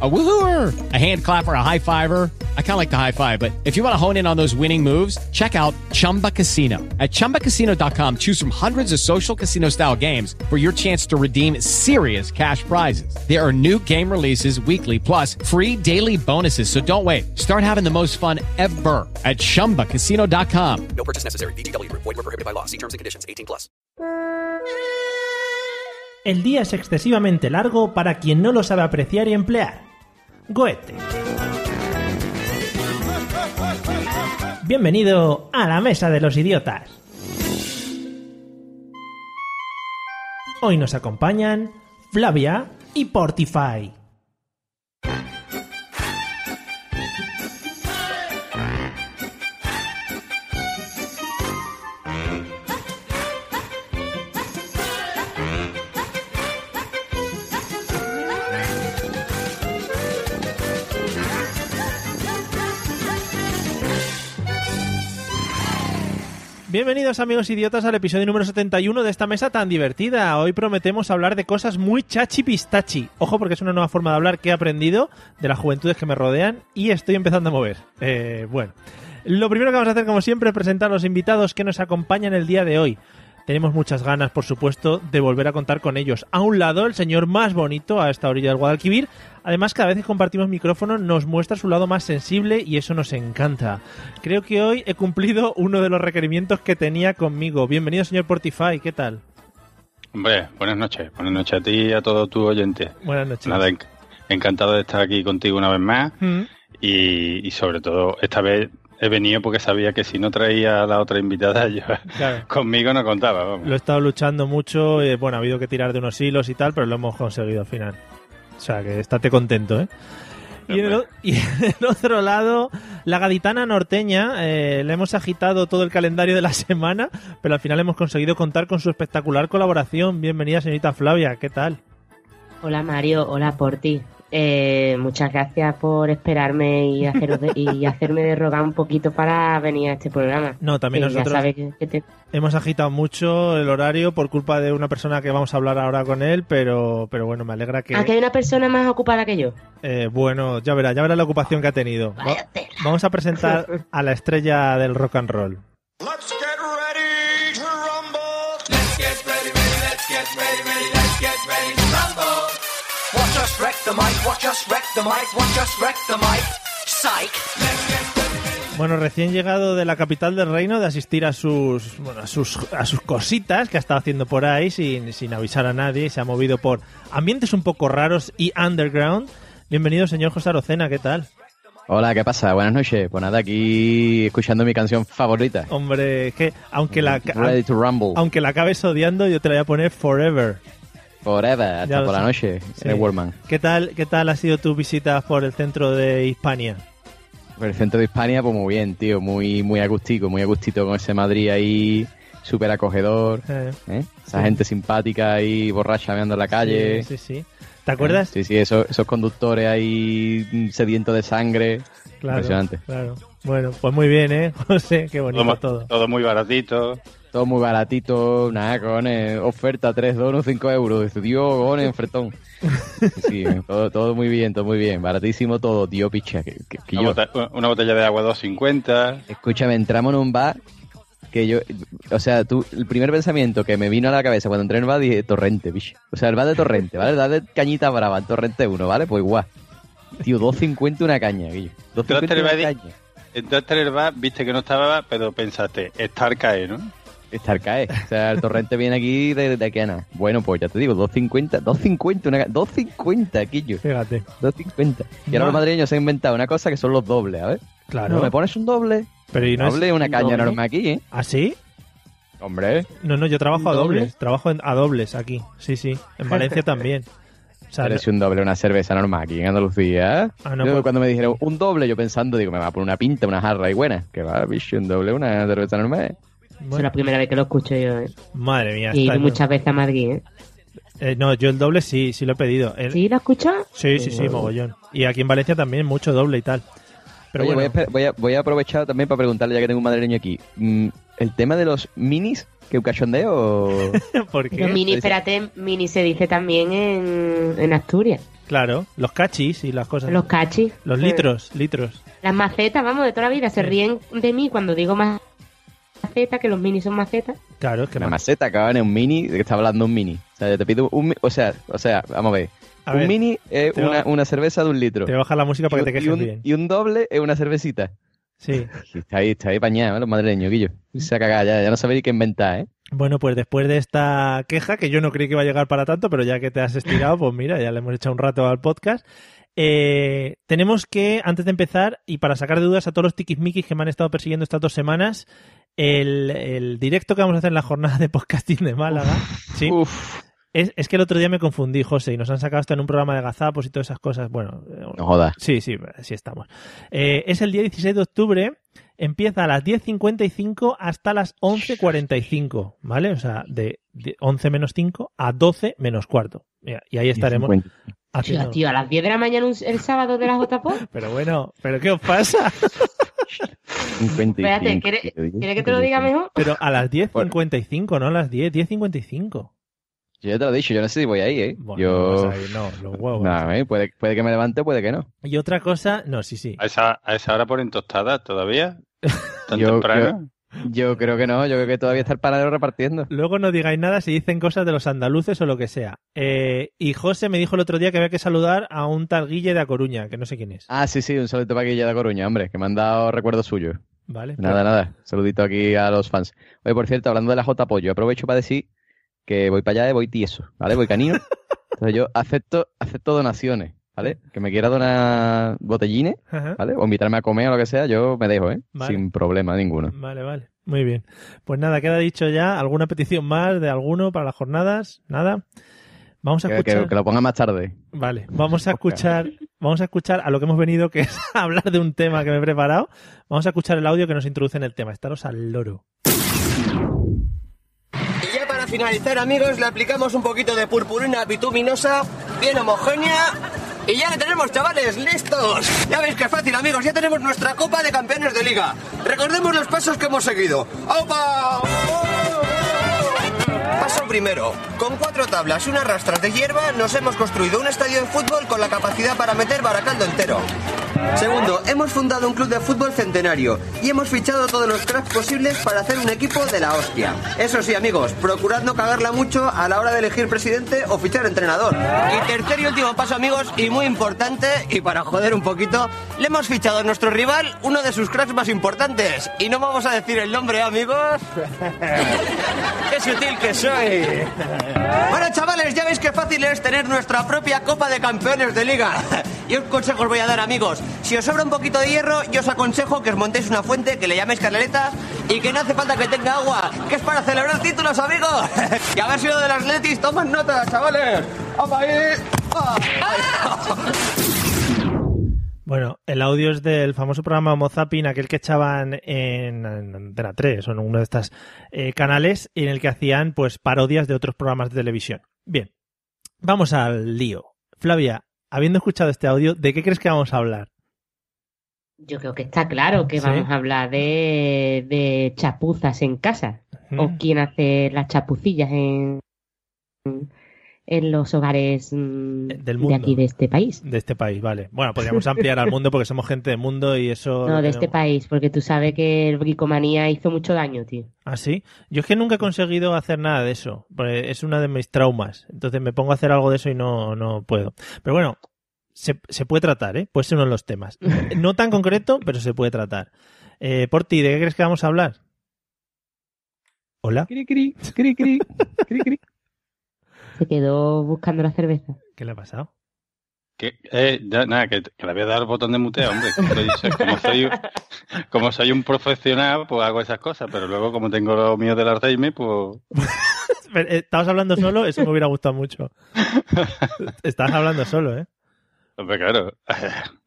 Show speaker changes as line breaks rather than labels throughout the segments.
A woohooer, a hand clapper, a high fiver. I kind of like the high five, but if you want to hone in on those winning moves, check out Chumba Casino. At chumbacasino.com, choose from hundreds of social casino style games for your chance to redeem serious cash prizes. There are new game releases weekly, plus free daily bonuses. So don't wait. Start having the most fun ever at chumbacasino.com.
No purchase necessary. VGW Group. Void were prohibited by law. See terms and conditions. 18 plus.
El día es excesivamente largo para quien no lo sabe apreciar y emplear. Goethe. Bienvenido a la Mesa de los Idiotas. Hoy nos acompañan Flavia y Portify. Bienvenidos amigos idiotas al episodio número 71 de esta mesa tan divertida. Hoy prometemos hablar de cosas muy chachi pistachi. Ojo porque es una nueva forma de hablar que he aprendido de las juventudes que me rodean y estoy empezando a mover. Eh, bueno, lo primero que vamos a hacer como siempre es presentar a los invitados que nos acompañan el día de hoy. Tenemos muchas ganas, por supuesto, de volver a contar con ellos. A un lado, el señor más bonito a esta orilla del Guadalquivir. Además, cada vez que compartimos micrófono nos muestra su lado más sensible y eso nos encanta. Creo que hoy he cumplido uno de los requerimientos que tenía conmigo. Bienvenido, señor Portify, ¿qué tal?
Hombre, buenas noches. Buenas noches a ti y a todos tus oyentes.
Buenas noches.
Nada, enc- encantado de estar aquí contigo una vez más
Mm.
y, y sobre todo esta vez he venido porque sabía que si no traía a la otra invitada yo
Claro.
conmigo no contaba. vamos.
Lo he estado luchando mucho, eh, bueno, ha habido que tirar de unos hilos y tal, pero lo hemos conseguido al final. O sea, que estate contento, ¿eh? Y en, el, o- y en el otro lado, la gaditana norteña, eh, le hemos agitado todo el calendario de la semana, pero al final hemos conseguido contar con su espectacular colaboración. Bienvenida, señorita Flavia, ¿qué tal?
Hola Mario, hola Porti. Eh, muchas gracias por esperarme y, haceros de- y hacerme de rogar un poquito para venir a este programa.
No, también
Que ya
nosotros
sabes que- que te-
hemos agitado mucho el horario por culpa de una persona que vamos a hablar ahora con él, pero, pero bueno, me alegra que...
Ah, que hay una persona más ocupada que yo.
eh, bueno, ya verá, ya verá la ocupación que ha tenido. Va-
Vaya tela.
Vamos a presentar a la estrella del rock and roll.
Let's get ready to rumble.
Watch us wreck the mic, watch us wreck the mic, watch us wreck the mic. Psych.
Bueno, recién llegado de la capital del reino de asistir a sus bueno, a sus a sus cositas que ha estado haciendo por ahí sin, sin avisar a nadie, se ha movido por ambientes un poco raros y underground. Bienvenido, señor José Arocena, ¿qué tal?
Hola, ¿qué pasa? Buenas noches. Pues nada, aquí escuchando mi canción favorita.
Hombre, es que aunque la
Ready to Rumble.
aunque la acabes odiando, yo te la voy a poner forever.
Forever, hasta
lo
por la
sé.
noche.
Sí.
En el Workman.
¿Qué tal qué tal ha sido tus visitas por el centro de Hispania?
Por el centro de Hispania, pues muy bien, tío. Muy, muy agustico, muy agustito con ese Madrid ahí, súper acogedor.
Eh,
¿eh? Esa
Sí.
gente simpática ahí, borracha meando en la calle.
Sí, sí, sí. ¿Te acuerdas?
Sí, sí, esos, esos conductores ahí mm, sedientos de sangre.
Claro,
Impresionante.
Claro. Bueno, pues muy bien, ¿eh, José? Qué bonito
todo,
todo.
todo muy baratito.
Todo muy baratito, nada, cojones. Oferta 3 donos, 5 euros. Dice, Dios, cojones, fretón. Sí, todo, todo muy bien, todo muy bien. Baratísimo todo, tío, picha. Que, que- que
Una,
yo-
bota- una botella de agua 2.50.
Escúchame, entramos en un bar que yo. O sea, tú, el primer pensamiento que me vino a la cabeza cuando entré en el bar dije, torrente, bicho. O sea, el bar de torrente, ¿vale? El bar de cañita brava, el torrente uno, ¿vale? Pues igual. Tío, 2.50 una caña, Guillo. 2.50
Pero
una
este le va a
caña.
Entraste en el bar, viste que no estaba, pero pensaste, estar cae, ¿no?
Estar cae. O sea, el torrente viene aquí de, de aquí a nada. Bueno, pues ya te digo, 2.50, 2.50, una ca- 2.50, Guillo.
Fíjate.
2.50. Y ahora
Ma-
los madrileños se han inventado una cosa que son los dobles, ¿sabes?
Claro.
No, me pones un doble.
Pero y no es-
doble es una caña
doble?
normal aquí, ¿eh?
¿Ah, sí?
Hombre.
No, no, yo trabajo a
¿Doble?
dobles. Trabajo en- a dobles aquí. Sí, sí. En Valencia también. O sea,
Parece un doble, una cerveza normal aquí en Andalucía.
Ah, no,
Yo
pues-
Cuando me dijeron un doble, yo pensando, digo, me va a poner una pinta, una jarra y buena. Que va, bicho, un doble, una cerveza normal.
no-
Es la
bueno,
primera vez que lo escucho yo. ¿eh?
madre mía.
Y he
está-
ido muchas veces a Madrid. ¿eh?
Eh, no, yo el doble sí, sí lo he pedido. El-
¿Sí lo has escuchado?
Sí, sí, sí, mogollón. Y aquí en Valencia también mucho doble y tal. Pero
Oye,
bueno,
voy, a, esper- voy a- voy a aprovechar también para preguntarle, ya que tengo un madrileño aquí. mm, el tema de los minis, que un cachondeo.
¿Por
Pero
qué?
mini,
Dice-
espérate, mini se dice también en, en Asturias.
Claro, los cachis y las cosas.
Los cachis.
Ah.
Pues,
Los litros, litros.
Las macetas, vamos, de toda la vida. Se ríen de mí cuando digo ma- maceta, que los mini son macetas.
Claro, es que
Una
más.
maceta acaba en un mini, de que está hablando un mini. O sea, yo te pido un mi- o sea, o sea, vamos a ver.
A
un
ver,
mini es
te va-
una, una cerveza de un litro.
Te voy a bajar la música para que te
Y
quejes
un-
bien.
y un doble es una cervecita.
Sí.
Está ahí, está ahí pañado, ¿eh? los madrileños, Guillo. Se ha cagado ya, ya no sabéis qué inventar, ¿eh?
Bueno, pues después de esta queja, que yo no creí que iba a llegar para tanto, pero ya que te has estirado, pues mira, ya le hemos echado un rato al podcast. Eh, tenemos que, antes de empezar, y para sacar de dudas a todos los tiquismiquis que me han estado persiguiendo estas dos semanas, el, el directo que vamos a hacer en la jornada de podcasting de Málaga. sí.
Uf,
Es, es que el otro día me confundí, José, y nos han sacado hasta en un programa de gazapos y todas esas cosas. Bueno, eh,
no jodas.
Sí, sí, sí estamos. Eh, es el día 16 de octubre. Empieza a las 10.55 hasta las 11.45, ¿vale? O sea, de, de 11 menos 5 a 12 menos cuarto. Mira, Y ahí estaremos.
Tío,
haciendo-
tío, a las 10 de la mañana un- el sábado de la JPO.
Pero bueno, ¿pero qué os pasa?
55,
Espérate, ¿quieres ¿quieres que te lo diga mejor?
Pero a las 10.55, no a las 10, 10.55.
Yo ya te lo he dicho, yo no sé si voy ahí, ¿eh?
Bueno,
yo.
vas ahí, no, los huevos.
Nada, ¿eh? puede, puede que me levante, puede que no.
Y otra cosa, no, sí, sí.
¿A esa, a esa hora ponen tostadas todavía? ¿Tan
Yo-
temprano?
Yo creo que no, yo creo que todavía está el panadero repartiendo.
Luego no digáis nada si dicen cosas de los andaluces o lo que sea. Eh, y José me dijo el otro día que había que saludar a un tal Guille de A Coruña, que no sé quién es.
Ah, sí, sí, un saludito para Guilla de Coruña, hombre, que me han dado recuerdos suyos.
¿Vale?
Nada, nada. Saludito aquí a los fans. Oye, por cierto, hablando de la J Pollo, aprovecho para decir que voy para allá y voy tieso, ¿vale? Voy canino. Entonces yo acepto, acepto donaciones, ¿vale? Que me quiera donar botellines,
Ajá.
¿vale? O invitarme a comer o lo que sea, yo me dejo, ¿eh?
Vale.
Sin problema ninguno.
Vale, vale. Muy bien. Pues nada, queda dicho ya. ¿Alguna petición más de alguno para las jornadas? Nada. Vamos a
Que, que-
escuchar.
que lo ponga más tarde.
Vale, vamos a escuchar, vamos a escuchar a lo que hemos venido, que es a hablar de un tema que me he preparado. Vamos a escuchar el audio que nos introduce en el tema. Estaros al loro.
Y ya para finalizar, amigos, le aplicamos un poquito de purpurina bituminosa, bien homogénea. Y ya la tenemos, chavales, listos. Ya veis que fácil, amigos, ya tenemos nuestra Copa de Campeones de Liga. Recordemos los pasos que hemos seguido. ¡Opa! Paso primero. Con cuatro tablas y unas rastras de hierba nos hemos construido un estadio de fútbol con la capacidad para meter Baracaldo entero. Segundo, hemos fundado un club de fútbol centenario y hemos fichado todos los cracks posibles para hacer un equipo de la hostia. Eso sí, amigos, procurad no cagarla mucho a la hora de elegir presidente o fichar entrenador. Y tercer y último paso, amigos, y muy importante, y para joder un poquito, le hemos fichado a nuestro rival uno de sus cracks más importantes. Y no vamos a decir el nombre, ¿eh, amigos. ¡Qué sutil que soy! Bueno, chavales, ya veis qué fácil es tener nuestra propia Copa de Campeones de Liga. Y un consejo os voy a dar, amigos. Si os sobra un poquito de hierro, yo os aconsejo que os montéis una fuente, que le llaméis canaleta y que no hace falta que tenga agua, que es para celebrar títulos, amigos. Y a ver si lo del Atletis toman nota, chavales. ¡Vamos ahí! ¡Ah!
Bueno, el audio es del famoso programa Mozapin, aquel que echaban en, en Antena 3 o en uno de estos canales en el que hacían pues parodias de otros programas de televisión. Bien, vamos al lío. Flavia, habiendo escuchado este audio, ¿de qué crees que vamos a hablar?
Yo creo que está claro que
Sí.
vamos a hablar de, de chapuzas en casa. o
Mm,
quién hace las chapucillas en, en los hogares mm,
Eh, Del
de
mundo.
aquí, de este país.
De este país, vale. Bueno, podríamos ampliar al mundo porque somos gente de mundo y eso...
No,
lo
de este
tenemos-
país, porque tú sabes que el bricomanía hizo mucho daño, tío.
¿Ah, sí? Yo es que nunca he conseguido hacer nada de eso. porque es uno de mis traumas. Entonces me pongo a hacer algo de eso y no, no puedo. Pero bueno, se, se puede tratar, ¿eh? Puede ser uno de los temas. No tan concreto, pero se puede tratar. Eh, Porti, ¿de qué crees que vamos a hablar? Hola,
Cri, cri, cri, cri, cri, cri.
Se quedó buscando la cerveza.
¿qué le ha pasado?
Que- eh, ya, nada, que, que le voy a dar el botón de mutea, hombre. que soy- soy- como, soy, como soy un profesional, pues hago esas cosas, pero luego como tengo lo mío del Alzheimer, pues...
Pero, eh, ¿Estabas hablando solo? Eso me hubiera gustado mucho. Estabas hablando solo, ¿eh?
Hombre, claro.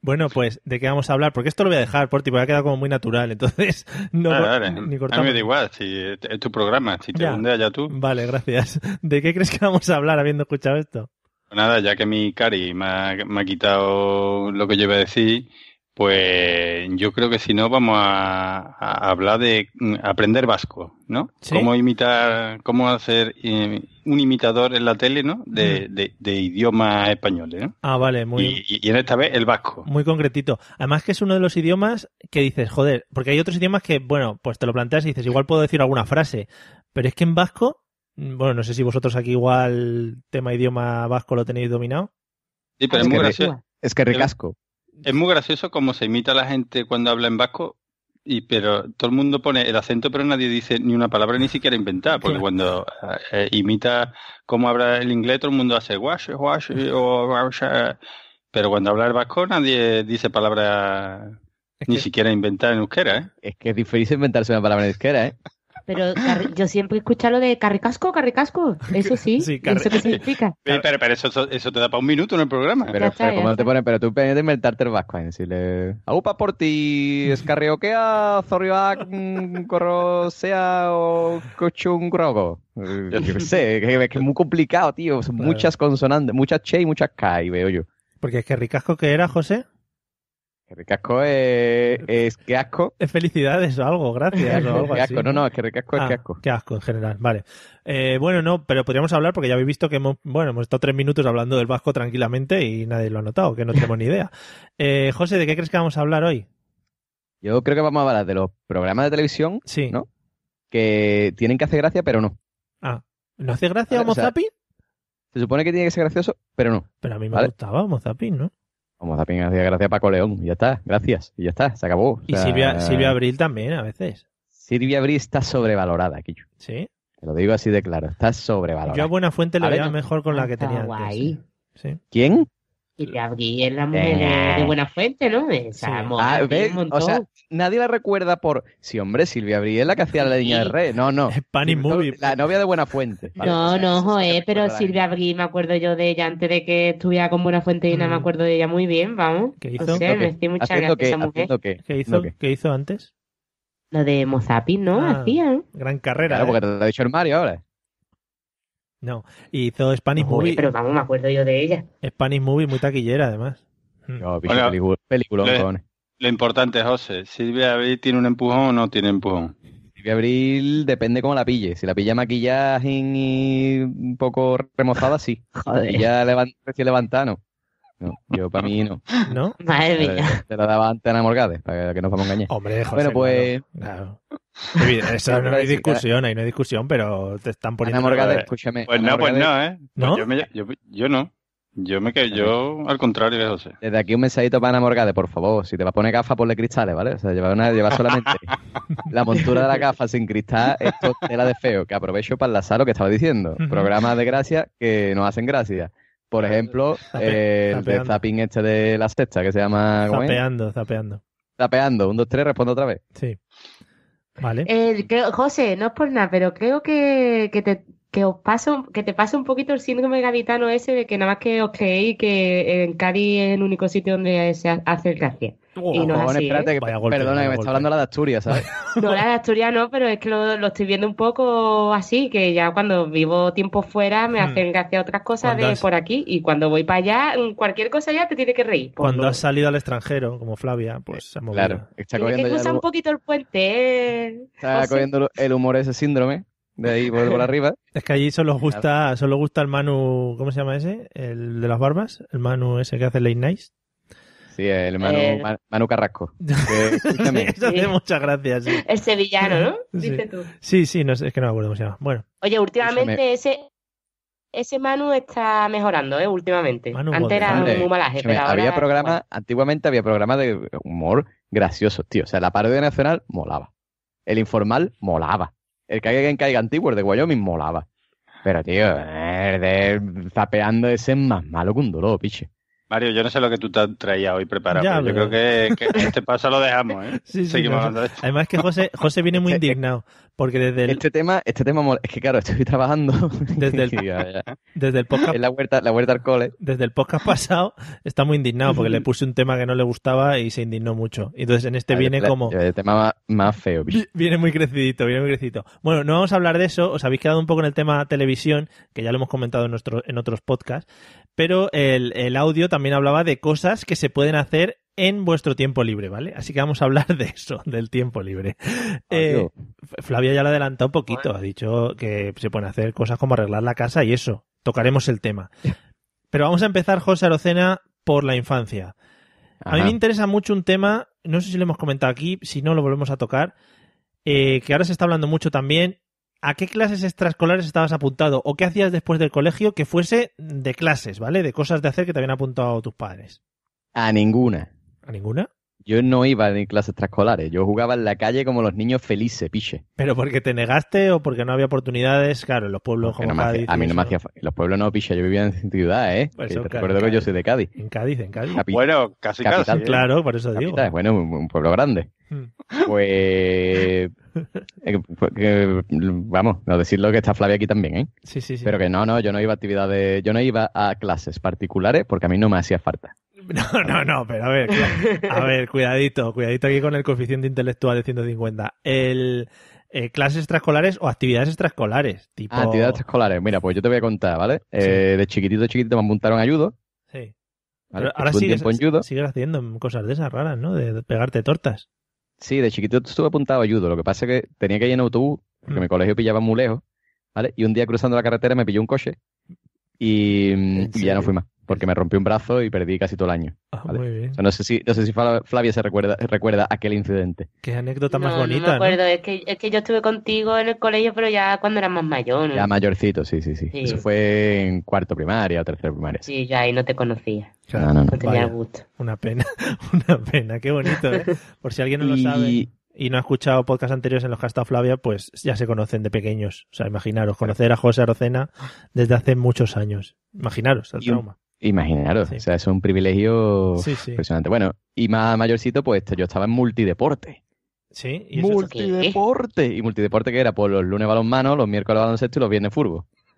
Bueno, pues, ¿de qué vamos a hablar? Porque esto lo voy a dejar, Porti, porque ha quedado como muy natural. Entonces, no
Vale,
cor-
vale.
ni
A mí
cortamos.
me da igual, si es es tu programa, si te
Ya.
hunde allá tú.
Vale, gracias. ¿De qué crees que vamos a hablar habiendo escuchado esto?
Nada, ya que mi Cari me ha, me ha quitado lo que yo iba a decir, Pues yo creo que si no vamos a, a hablar de mm, aprender vasco, ¿no?
Sí.
Cómo imitar, cómo hacer eh, un imitador en la tele, ¿no? De, de, de idiomas españoles, ¿no?
Ah, vale, muy
Y, y- y en esta vez el vasco.
Muy concretito. Además que es uno de los idiomas que dices, joder, porque hay otros idiomas que, bueno, pues te lo planteas y dices, igual puedo decir alguna frase, pero es que en vasco, mm, bueno, no sé si vosotros aquí igual tema idioma vasco lo tenéis dominado.
Sí, pero es muy, gracioso,
Es que recasco.
es muy gracioso cómo se imita a la gente cuando habla en vasco. Y, pero todo el mundo pone el acento, pero nadie dice ni una palabra ni siquiera inventada, porque
Claro.
cuando eh, imita cómo habla el inglés, todo el mundo hace guache, guache, o guache. Pero cuando habla el vasco, nadie dice palabra
Es
ni
que-
siquiera inventada en euskera, ¿eh?
Es que es difícil inventarse una palabra en euskera, ¿eh?
Pero carri- yo siempre escucho lo de carricasco, carricasco. Eso sí.
Sí,
¿Y
carri-
¿Eso qué significa?
Sí, Pero, pero eso, eso- eso te da para un minuto en el programa.
Pero,
está,
pero
ya
como no
está.
te ponen, pero tú pendiente de inventarte el vasco, ¿eh? decirle, aupa por ti, escarrioquea, zorrioac, mm, corrosea o cochungrogo. Eh, Yo qué sé, que- que es muy complicado, tío. Son
Claro.
muchas consonantes, muchas che y muchas k, y veo yo.
Porque es que ricasco que era, José,
Que ricasco es, es que asco.
es felicidades o algo,
Que
gracias o
asco,
algo
que
así.
asco. No, no, es que ricasco es
Ah,
que asco.
Qué asco en general, vale. Eh, bueno, no, pero podríamos hablar porque ya habéis visto que hemos, bueno, hemos estado tres minutos hablando del vasco tranquilamente y nadie lo ha notado, que no tenemos ni idea. Eh, José, ¿de qué crees que vamos a hablar hoy?
Yo creo que vamos a hablar de los programas de televisión
Sí.
¿No? que tienen que hacer gracia, pero no.
¿No hace gracia
Vale, o
Homo
sea-
Zapping?
Se supone que tiene que ser gracioso, pero no.
Pero a mí me
Vale.
gustaba Homo Zapping, ¿no?
Vamos a pingar gracias a Paco León, y ya está, gracias, y ya está, se acabó. O
Y
sea,
Silvia, Silvia Abril también, a veces.
Silvia Abril está sobrevalorada, Quillo.
Sí.
Te lo digo así de claro, está
Yo a
sobrevalorada.
buena fuente le
Vale,
veía
no.
mejor con la que
Ah, Está
tenía antes. ¿eh?
guay.
sí. Sí.
¿Quién?
Y te abrí en la mujer de, de Buena Fuente, ¿no? Esa
Sí.
moja
Eh. Ah,
tiene
¿ves?
un
O
montón.
sea, nadie la recuerda por... Sí, hombre, Silvia Abril es la que hacía la niña del rey. No, no.
Spanish Movie.
La novia de Buenafuente. Vale,
no,
o sea, eso
no,
es lo que
joe, pero
recuerda la gente.
Silvia Abril me acuerdo yo de ella antes de que estuviera con Buena Fuente y nada me
Mm.
acuerdo de ella muy bien, vamos.
¿Qué
O
hizo?
sea, me
¿Haciendo
hacía mucha gracia
¿Haciendo qué?
esa mujer.
¿Haciendo qué?
¿Qué hizo,
¿Haciendo qué?
¿Qué hizo antes?
Lo de Mozapin, ¿no?
Ah.
Hacía, ¿eh?
Gran carrera.
Claro,
¿eh?
porque te lo ha dicho el Mario ahora.
No. ¿eh? Y hizo Spanish
Joder,
Movie.
pero vamos, me acuerdo yo de ella.
Spanish Movie muy taquillera, además.
No,
Bueno,
película, peliculón,
le-
cojones.
Lo importante, José, ¿Silvia Abril tiene un empujón o no tiene empujón?
Silvia Abril depende cómo la pille. Si la pilla maquillaje y un poco remozada, sí. Si
Joder.
ya levan- recién levantada, no. No, yo para mí no.
¿No?
Madre
Te
mía.
la- te la daba antes a Ana Morgades, para que nos vamos a engañar.
Hombre, José.
Bueno, pues-
claro, claro. Evidente, Eso no hay discusión, ahí no hay discusión, pero te están
Ana
poniendo.
Morgades,
vez.
escúchame.
Pues
Ana
no, pues
Morgades,
no, ¿eh? Pues
¿No?
Yo, me- yo, yo no. Yo me quedo, yo al contrario de José.
Desde aquí un mensajito para Ana Morgade, por favor. Si te vas a poner gafas, ponle cristales, ¿vale? O sea, lleva, una, lleva solamente la montura de la gafa sin cristal, esto es tela de feo. Que aprovecho para enlazar lo que estaba diciendo.
Ujú.
Programas de gracia que nos hacen gracia. Por ejemplo,
pe-
eh, el de
tapeando.
zapping este de la sexta, que se llama... ¿cómo es?
Zapeando, zapeando.
Tapeando. Un, dos, tres, respondo otra vez.
Sí. Vale.
Eh, creo- José, no es por nada, pero creo que, que te que os pasa un- que te pasa un poquito el síndrome gaditano ese de que nada más que os creéis que en Cádiz es el único sitio donde se ha- hace gracia. y no es
Cojones,
así, ¿eh?
espérate, que-
Vaya golpe,
perdona,
vaya
que me
golpe.
está hablando la de Asturias, ¿sabes?
No, la de Asturias no, pero es que lo, lo estoy viendo un poco así, que ya cuando vivo tiempo fuera me
Hmm.
hacen gracia otras cosas
Cuando
de
has-
por aquí y cuando voy para allá, mm, cualquier cosa ya te tiene que reír. pues, por
Cuando
lo-
has salido al extranjero, como Flavia, pues se ha movido.
Claro. Está
Tienes que
cogiendo ya
cruzar
lo-
un poquito el puente, ¿eh?
Está
José.
cogiendo lo- el humor ese síndrome de ahí por, por arriba.
Es que allí solo os gusta, solo gusta el Manu, ¿cómo se llama ese? El de las barbas, el Manu ese que hace late nights.
Sí, el Manu,
Eh.
Ma- Manu Carrasco. Que, escúchame,
Eso hace
Sí.
muchas gracias. Sí,
El sevillano, ¿no?
Sí.
Dices tú.
sí, sí, no sé, es que no me acuerdo cómo se llama. Bueno,
Oye, últimamente ese ese Manu está mejorando, ¿eh? Últimamente.
Manu
Antes era
Gómez.
Hombre,
muy malaje,
escúchame,
pero ahora...
había programas, antiguamente había programas de humor graciosos, tío. O sea, la parodia nacional molaba. El informal molaba. El caiga quien caiga antiguo, el de Wyoming molaba. Pero, tío, el de zapeando ese es más malo que un dolor, piche.
Mario, yo no sé lo que tú te has traído hoy preparado.
Ya,
pero Yo
pero-
creo que, que este paso lo dejamos, ¿eh?
sí, sí, no,
Seguimos hablando de esto.
Además que José, José viene muy
Este-
indignado, porque desde el,
Este tema, este tema mola. Es que, claro, estoy trabajando.
Desde el-
Sí, ya, ya.
desde el podcast
Es la huerta, la huerta al cole.
desde el podcast pasado está muy indignado porque le puse un tema que no le gustaba y se indignó mucho. Y Entonces en este
Ah,
viene
la-
como
El tema más, más feo, piche.
Vi- Viene muy crecidito, viene muy crecidito. Bueno, no vamos a hablar de eso, os habéis quedado un poco en el tema televisión, que ya lo hemos comentado en, nuestro, en otros podcasts, pero el, el audio también hablaba de cosas que se pueden hacer en vuestro tiempo libre, ¿vale? Así que vamos a hablar de eso, del tiempo libre. Eh, F- Flavia ya lo ha adelantado un poquito, ha dicho que se pueden hacer cosas como arreglar la casa y eso. Tocaremos el tema. Pero vamos a empezar, José Arocena, por la infancia. A mí
Ajá.
me interesa mucho un tema, no sé si lo hemos comentado aquí, si no lo volvemos a tocar, eh, que ahora se está hablando mucho también. ¿A qué clases extraescolares estabas apuntado o qué hacías después del colegio que fuese de clases, ¿vale? De cosas de hacer que te habían apuntado tus padres.
A ninguna.
¿A ninguna?
Yo no iba ni clases extraescolares. Yo jugaba en la calle como los niños felices, piche.
¿Pero porque te negaste o porque no había oportunidades? Claro, en los pueblos
Que
como
no me hacía-
Cádiz.
a mí
y
no me
eso.
hacía. fa- Los pueblos no, piche. Yo vivía en ciudad, ¿eh?
Pues
Que
eso,
te
claro,
recuerdo que yo
claro.
soy de Cádiz.
En Cádiz, en Cádiz.
Capi-
Bueno, casi
Capital,
casi. ¿eh?
Claro, por eso digo.
capital, es bueno, un, un pueblo grande.
Hmm.
Pues. eh, pues, que- vamos, no decirlo que está Flavia aquí también, ¿eh?
Sí, sí, sí.
Pero que no, no, yo no iba a actividades, yo no iba a clases particulares porque a mí no me hacía falta.
No, no, no, pero a ver, cu- a ver, cuidadito, cuidadito aquí con el coeficiente intelectual de 150. El, eh, clases extraescolares o actividades extraescolares, tipo...
Ah, actividades escolares. Mira, pues yo te voy a contar, ¿vale? Eh, de chiquitito, chiquitito me apuntaron a judo.
Sí.
¿vale?
Pero ahora
Estuve un
sigues,
tiempo en judo.
sigues haciendo cosas de esas raras, ¿no? De pegarte tortas.
Sí, de chiquitito estuve apuntado a judo. Lo que pasa es que tenía que ir en autobús, porque
Mm.
mi colegio pillaba muy lejos, ¿vale? Y un día cruzando la carretera me pilló un coche y, mm,
¿En
y ya
serio?
no fui más, porque me rompí un brazo y perdí casi todo el año.
Ah,
Vale.
Muy bien.
O sea, no sé si, no sé si Fla- Flavia se recuerda, recuerda aquel incidente.
Qué anécdota más
No,
bonita,
no me acuerdo, es que, es que yo estuve contigo en el colegio, pero ya cuando eras más mayor, ¿no?
Ya mayorcito, sí, sí, sí.
Mm. Sí.
Eso fue en cuarto primaria o tercero primaria.
Sí, ya ahí no te conocía,
No, no, no.
no tenía
Vaya.
el gusto.
Una pena, una pena, qué bonito, ¿eh? Por si alguien no lo sabe
Y-
y no ha escuchado podcasts anteriores en los que ha estado Flavia, pues ya se conocen de pequeños. O sea, imaginaros, conocer a José Arocena desde hace muchos años. Imaginaros el
Y un-
trauma.
Imaginaros,
Sí.
o sea, es un privilegio
Sí, sí.
impresionante. Bueno, y más mayorcito, pues yo estaba en multideporte.
Sí, y eso-
Multideporte. Y multideporte que era por los lunes balonmano, los miércoles baloncesto y los viernes furbo.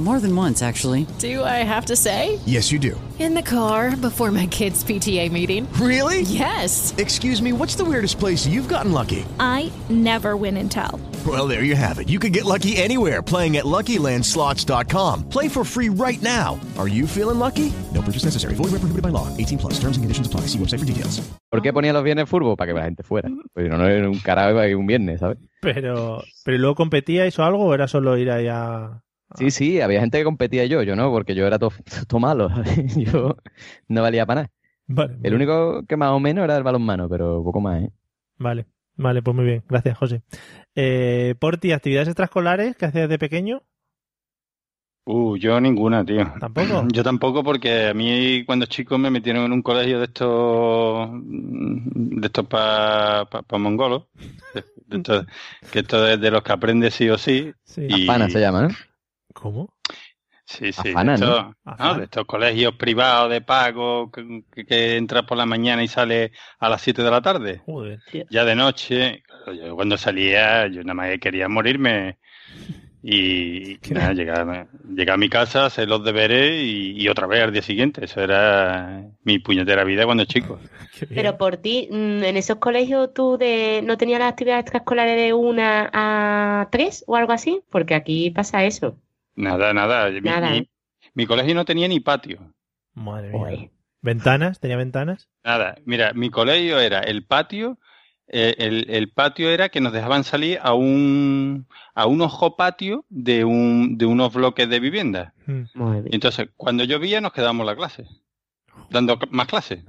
More than once, actually.
Do I have to say?
Yes, you do.
In the car before my kids' PTA meeting.
Really?
Yes!
Excuse me, what's the weirdest place you've gotten lucky?
I never win and tell.
Well, there you have it. You can get lucky anywhere playing at LuckyLandSlots.com. Play for free right now. Are you feeling lucky? No purchase necessary. Void where prohibited by law. 18 plus. Terms and conditions apply. See website for details.
¿Por qué ponía los viernes furbo? Para que la gente fuera. Pues no, no era un carajo iba a ir un viernes, ¿sabes?
Pero, pero luego competíais o algo o era solo ir allá.
Sí, sí, había gente que competía yo, yo no, porque yo era todo todo malo. ¿sabes? Yo no valía para nada.
Vale,
El único que más o menos era el balonmano, pero poco más, ¿eh?
Vale, vale, pues muy bien, gracias José. Eh, Porti, actividades extraescolares que hacías de pequeño,
Uh, yo ninguna, tío.
tampoco.
Yo tampoco, porque a mí cuando chico me metieron en un colegio de estos de estos para pa, pa mongolos, de- de estos- que esto es de los que aprendes sí o sí.
Sí.
Y-
Pana se ¿eh? llama, ¿no?
¿Cómo?
Sí, sí.
Afanan,
de,
¿no?
estos,
Afanan.
no, de estos colegios privados de pago que, que- que entras por la mañana y sales a las 7 de la tarde.
Joder.
Ya de noche, claro, yo cuando salía, yo nada más quería morirme. Y y nada, llegaba, llegaba a mi casa, hacer los deberes y, y otra vez al día siguiente. Eso era mi puñetera vida cuando chico.
qué bien.
Pero por ti, mm, en esos colegios tú de, no tenías las actividades extraescolares de una a tres o algo así, porque aquí pasa eso.
Nada, nada. Mi,
Nada,
mi-
¿eh?
mi colegio no tenía ni patio.
Madre mía.
Joder.
¿Ventanas? ¿Tenía ventanas?
Nada. Mira, mi colegio era el patio. eh, el, el patio era que nos dejaban salir a un, a un ojo patio de, un, de unos bloques de vivienda.
Mm.
Muy
Y
bien.
Entonces, cuando llovía nos quedábamos en la clase, dando cl- más clases.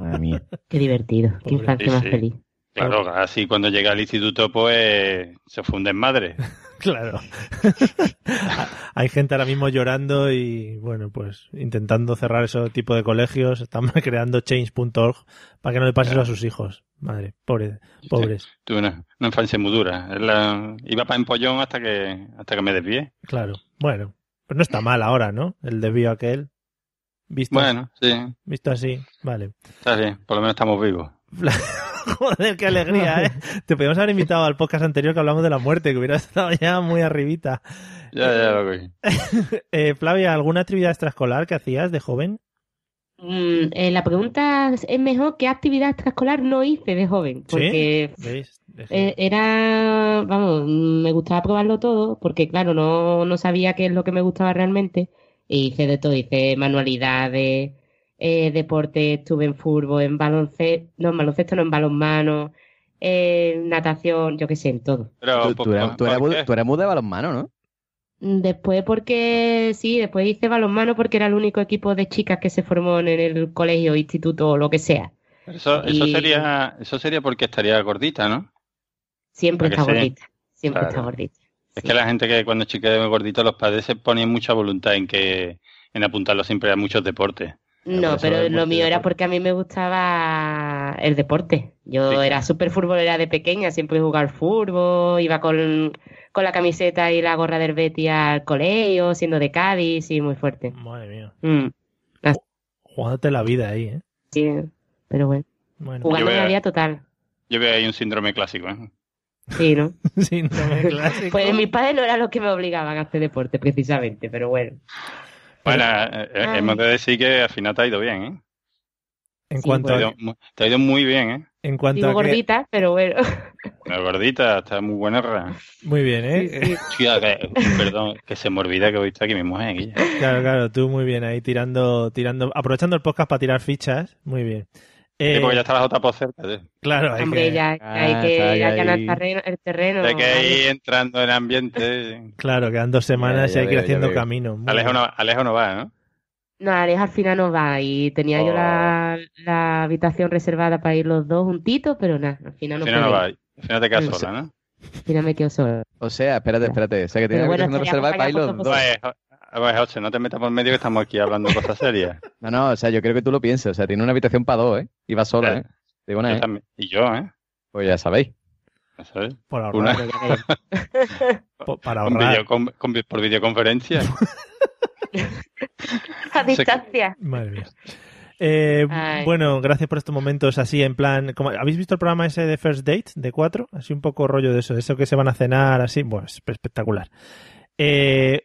Madre mía.
Qué divertido, qué
Pobre.
infancia
Sí,
más
sí.
feliz.
Claro, así cuando llega al instituto, pues se funden madre.
Claro. Hay gente ahora mismo llorando y, bueno, pues intentando cerrar ese tipo de colegios. Están creando change.org para que no le pase eso a sus hijos. Madre, pobre, pobres.
Tuve una, una infancia muy dura. Es la- iba para empollón hasta que hasta que me desvié.
Claro. Bueno, pues no está mal ahora, ¿no? El desvío aquel. Visto,
Bueno, sí,
visto así, vale.
está bien. Por lo menos estamos vivos.
Joder, qué alegría, ¿eh? Te podíamos haber invitado al podcast anterior que hablamos de la muerte, que hubiera estado ya muy arribita.
Ya, ya lo cogí.
Eh, Flavia, ¿alguna actividad extraescolar que hacías de joven?
Mm, eh, la pregunta es mejor, ¿qué actividad extraescolar no hice de joven? Porque
¿Sí? ¿Veis? Es que-
eh, era, vamos, mm, me gustaba probarlo todo, porque claro, no, no sabía qué es lo que me gustaba realmente. Y hice de todo, hice manualidades, eh, deporte, estuve en fútbol, en baloncesto, no, en baloncesto, no, en balonmano, en natación, yo qué sé, en todo.
Pero, pues,
Tú, tú eras, tú, eras mu- tú eras muy de balonmano, ¿no?
Mm, Después porque, sí, después hice balonmano porque era el único equipo de chicas que se formó en el colegio, instituto o lo que sea.
Eso, eso
Y-
sería eso sería porque estaría gordita, ¿no?
Siempre
¿A que
está
sí?
gordita, siempre
Claro.
está gordita.
Es que la gente que cuando chica es gordita, los padres se ponen mucha voluntad en que en apuntarlo siempre a muchos deportes.
No,
eso
pero
es
lo mío era
multideporte.
porque a mí me gustaba el deporte. Yo era súper futbolera de pequeña, siempre jugaba al fútbol, iba con, con la camiseta y la gorra del Betis al colegio, siendo de Cádiz y muy fuerte.
Madre mía.
Mm,
Jugándote la vida ahí, ¿eh?
sí, pero bueno,
Bueno.
jugando
Yo
la
veo-
vida total.
Yo veo ahí un síndrome clásico, ¿eh?
Sí, ¿no?
Síndrome clásico.
Pues mis padres no eran los que me obligaban a hacer deporte precisamente, pero bueno.
Bueno, eh, eh,
Ay.
hemos de decir que al final te ha ido bien, ¿eh?
En
Te
cuanto,
ha
a,
ido, mu- te ha ido muy bien, ¿eh?
en cuanto
Digo
a que-
gordita, pero bueno.
Pero gordita, está muy buena. ra.
Muy bien, ¿eh?
Hostia, que- perdón, que se me olvida que hoy está aquí mi mujer. Guille.
Claro, claro, tú muy bien ahí tirando, tirando, aprovechando el podcast para tirar fichas. Muy bien. Eh,
Sí, porque ya está la JPO cerca. ¿sí?
Claro, hay
Hombre,
que-
ya, ya hay
Ah,
que,
está
ya hay que ganar
ahí.
terreno- el terreno.
Hay que
¿vale?
ir entrando en ambiente.
claro, quedan dos semanas
Ya, ya
y hay que ir
veo, ya
haciendo
veo.
camino. Muy
Alejo
bien.
no, Alejo no va, ¿no?
No, Alex al final no va y tenía yo
Oh.
la, la habitación reservada para ir los dos juntitos, pero nada, al final
Al
no
final no
pude
va.
ir.
Al final te quedas
Sí.
sola, ¿no?
Al final me quedo sola.
O sea, espérate, espérate. O sea, que
Pero
tienes
bueno,
que hacer
estaría
una reserva para ir
acompañado
los
por
dos.
Pues, jo- pues, José, no te metas por medio que estamos aquí hablando cosas serias.
No, no, o sea, yo creo que tú lo pienses. O sea, tiene una habitación para dos, ¿eh? Y va sola,
Ya.
¿eh? Digo,
Yo
nada, ¿eh?
también. Y yo, ¿eh?
Pues ya sabéis.
¿Sabes?
Por ahorrar,
Una-
Pero ya veremos.
po- para
con
ahorrar.
video- con- con vi- por videoconferencia.
A distancia.
Madre mía. Eh,
Ay.
bueno, gracias por estos momentos así en plan... como- ¿Habéis visto el programa ese de First Date, de cuatro? Así un poco rollo de eso, de eso que se van a cenar, así. Bueno, es espectacular. Eh,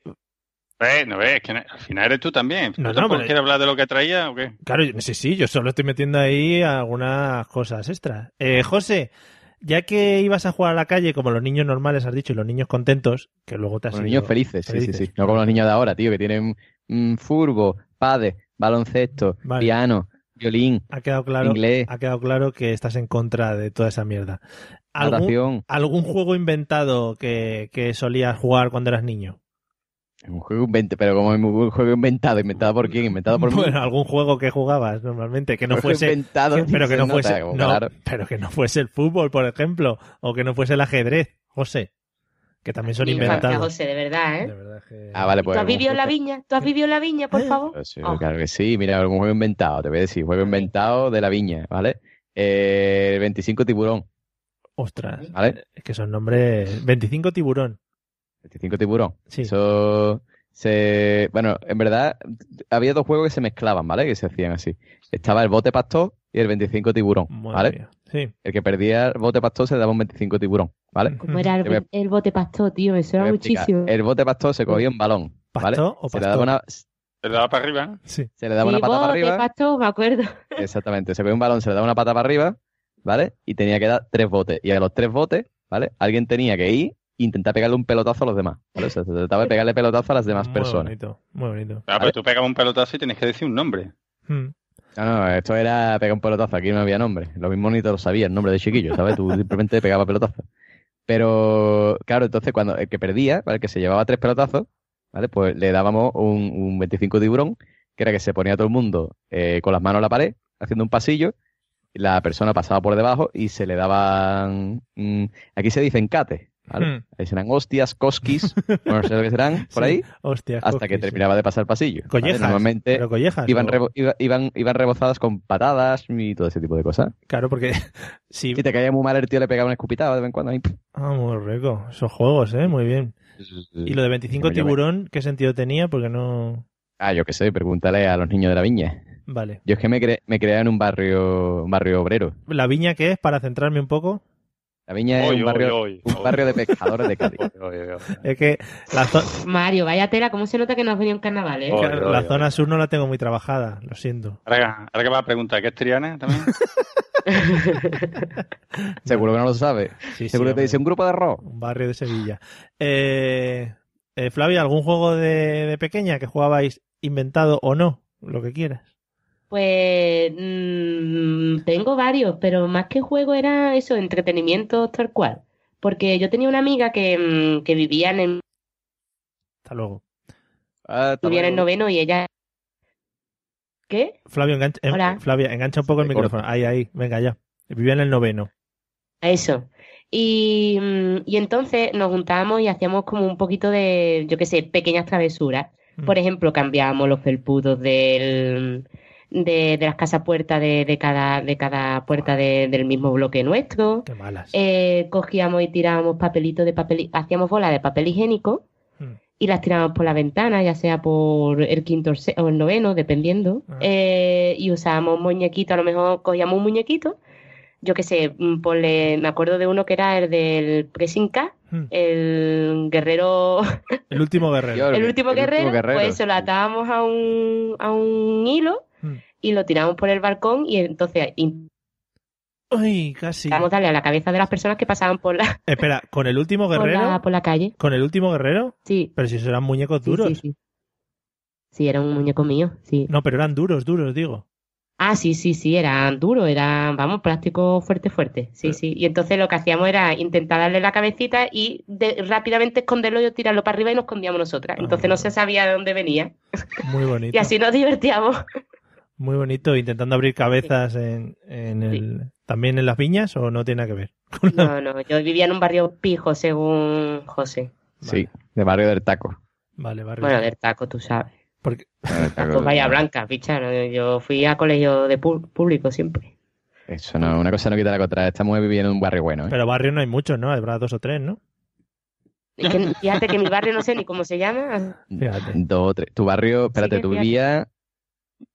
Eh, no ves, que no- al final eres tú también. ¿Tú
No, no,
tampoco
pero-
quieres hablar de lo que traía o qué?
Claro, yo- sí, sí, yo solo estoy metiendo ahí algunas cosas extras. Eh, José, ya que ibas a jugar a la calle, como los niños normales has dicho, y los niños contentos, que luego te has
Con los
ido-
niños felices, sí, sí,
felices.
sí. No como los niños de ahora, tío, que tienen mm, furbo, padre, baloncesto,
Vale.
piano, violín,
Ha quedado claro,
inglés,
ha quedado claro que estás en contra de toda esa mierda. ¿Algún,
natación.
algún juego inventado que, que solías jugar cuando eras niño?
Un juego inventado, pero como un juego inventado. ¿Inventado por quién? ¿Inventado por mí?
Bueno, algún juego que jugabas normalmente, que no
Juego
fuese...
inventado,
que- pero que
se
no
nota,
fuese...
como
no,
claro.
pero que no fuese el fútbol, por ejemplo, o que no fuese el ajedrez, José, que también son
Mi infancia,
inventados.
José, de verdad, ¿eh?
De verdad que-
Ah, vale, pues.
¿Tú has
algún
vivido en la
juego-
viña? ¿Tú has vivido en la viña,
Eh,
por favor?
Sí,
Ah.
Oh.
Claro que sí, mira, algún juego inventado, te voy a decir, juego inventado de la viña, ¿vale? Eh, el 25 tiburón,
Ostras,
¿vale?
es que son nombres. 25 tiburón.
25 tiburón.
Sí.
Eso se... Bueno, en verdad había dos juegos que se mezclaban, ¿vale? Que se hacían así. Estaba el bote pastor y el 25 tiburón,
Madre
¿vale?
mía. Sí. Mm.
El que perdía el bote pastor se le daba un 25 tiburón, ¿vale?
¿Cómo era
Te voy
el,
a-
el bote pastor, tío? Me
Te
suena
voy a explicar.
muchísimo.
El bote pastor se cogía un balón, ¿vale?
¿Pastor o
Se le daba
pastor?
una,
Te lo da para arriba.
Sí.
se le daba una
Sí,
pata para
bote
arriba.
pastor, me acuerdo.
Exactamente, se cogía un balón, se le daba una pata para arriba, ¿vale? Y tenía que dar tres botes. Y a los tres botes, ¿vale? Alguien tenía que ir e intentar pegarle un pelotazo a los demás, ¿vale? O sea, se trataba de pegarle pelotazo a las demás
muy
personas.
bonito, muy bonito.
Ah, pero tú pegas un pelotazo y tienes que decir un nombre.
Mm.
No, Ah, no, esto era pegar un pelotazo, aquí no había nombre. Lo mismo ni te lo sabía el nombre de chiquillo, ¿sabes? Tú simplemente pegabas pelotazo. Pero, claro, entonces cuando el que perdía, ¿vale? El que se llevaba tres pelotazos, ¿vale? Pues le dábamos un, un 25 tiburón, que era que se ponía todo el mundo eh, con las manos a la pared, haciendo un pasillo, y la persona pasaba por debajo y se le daban... mm, aquí se dice encate, ¿vale? Ahí serán hostias, cosquis, bueno, no sé lo que serán por
Hmm. Sí,
ahí,
hostias,
hasta
cosquis,
que
sí.
terminaba de pasar pasillo. ¿vale?
Collejas,
Normalmente
pero collejas,
iban,
o-
rebo- iba- iban, iban rebozadas con patadas y todo ese tipo de cosas.
Claro, porque si...
te caía muy mal el tío le pegaba una escupitada de vez en cuando. ahí, pff.
Ah, muy rico. Esos juegos, ¿eh? Muy bien. Y lo de 25
Yo me-
tiburón, ¿qué sentido tenía? Porque no...
Ah, yo qué sé, pregúntale a los niños de la viña.
Vale.
Yo es que me, cre- me creé en un barrio, un barrio obrero.
¿La viña qué es? Para centrarme un poco.
La viña
Oy,
es Eh, un
oy,
barrio,
oy,
un
oy.
barrio de pescadores de Cádiz.
Es que la, zo-
Mario, vaya tela, ¿cómo se nota que no has venido en carnaval, eh?
Oy,
la zona sur no la tengo muy trabajada, lo siento.
Ahora, ahora que vas a preguntar, ¿qué es Triana también?
Seguro que no lo sabe.
Sí,
Seguro
sí,
que te dice un grupo de rock.
Un barrio de Sevilla. Eh, eh, Flavia, ¿algún juego de, de pequeña que jugabais inventado o no? Lo que quieras.
Pues mm, tengo varios, pero más que juego era eso, entretenimiento tal cual. Porque yo tenía una amiga que, mm, que vivía en el,
Hasta luego.
Ah,
vivía en el noveno y ella... ¿Qué?
Flavio, engancha, em-
Hola.
Flavia, engancha un poco el
Se corta.
micrófono. Ahí, ahí, venga ya. Vivía en el noveno.
A Eso. Y, mm, y entonces nos juntábamos y hacíamos como un poquito de, yo qué sé, pequeñas travesuras.
Mm.
Por ejemplo, cambiábamos los felpudos del, de, de las casas puertas de, de cada, de cada puerta de- del mismo bloque nuestro.
Mm, Qué malas.
Eh, cogíamos y tirábamos papelitos de papel, hacíamos bolas de papel higiénico y las tirábamos por la ventana, ya sea por el quinto o se- o el noveno, dependiendo. Eh, y usábamos muñequitos, a lo mejor cogíamos un muñequito, yo qué sé, mm, ponle- me acuerdo de uno que era el del Pressing K, el guerrero,
El último guerrero.
el último guerrero, pues se lo atábamos a un, a un hilo y lo tirábamos por el balcón y entonces intentábamos
Ay, casi.
darle a la cabeza de las personas que pasaban por la,
Espera, ¿con el último
por
guerrero?
la, por la calle.
¿Con el último guerrero?
Sí.
Pero si serán muñecos
Sí,
duros.
sí, sí. Sí, era un muñeco mío, sí.
No, pero eran duros, duros, digo.
Ah, sí, sí, sí, era duro, era, vamos, plástico fuerte, fuerte. Sí, sí. Y entonces lo que hacíamos era intentar darle la cabecita y de- rápidamente esconderlo y tirarlo para arriba y nos escondíamos
Ah,
nosotras. Entonces no se sabía de dónde venía.
Muy bonito.
Y así nos divertíamos.
Muy bonito. Intentando abrir cabezas en, en el... ¿También en las viñas o no tiene nada que ver?
No, no, yo vivía en un barrio pijo, según José.
Sí, de barrio del taco.
Vale, barrio.
Bueno, del taco, tú sabes.
Porque...
Pues vaya blanca, picha. ¿no? Yo fui a colegio de pu- público siempre.
Eso no, una cosa no quita la otra. Esta mujer vivía en un barrio bueno. ¿eh?
Pero barrio no hay muchos, ¿no? Habrá dos o tres, ¿no?
Es que fíjate que mi barrio no sé ni cómo se llama.
Fíjate.
Dos o tres. Tu barrio, espérate,
que
tú
fíjate.
vivías.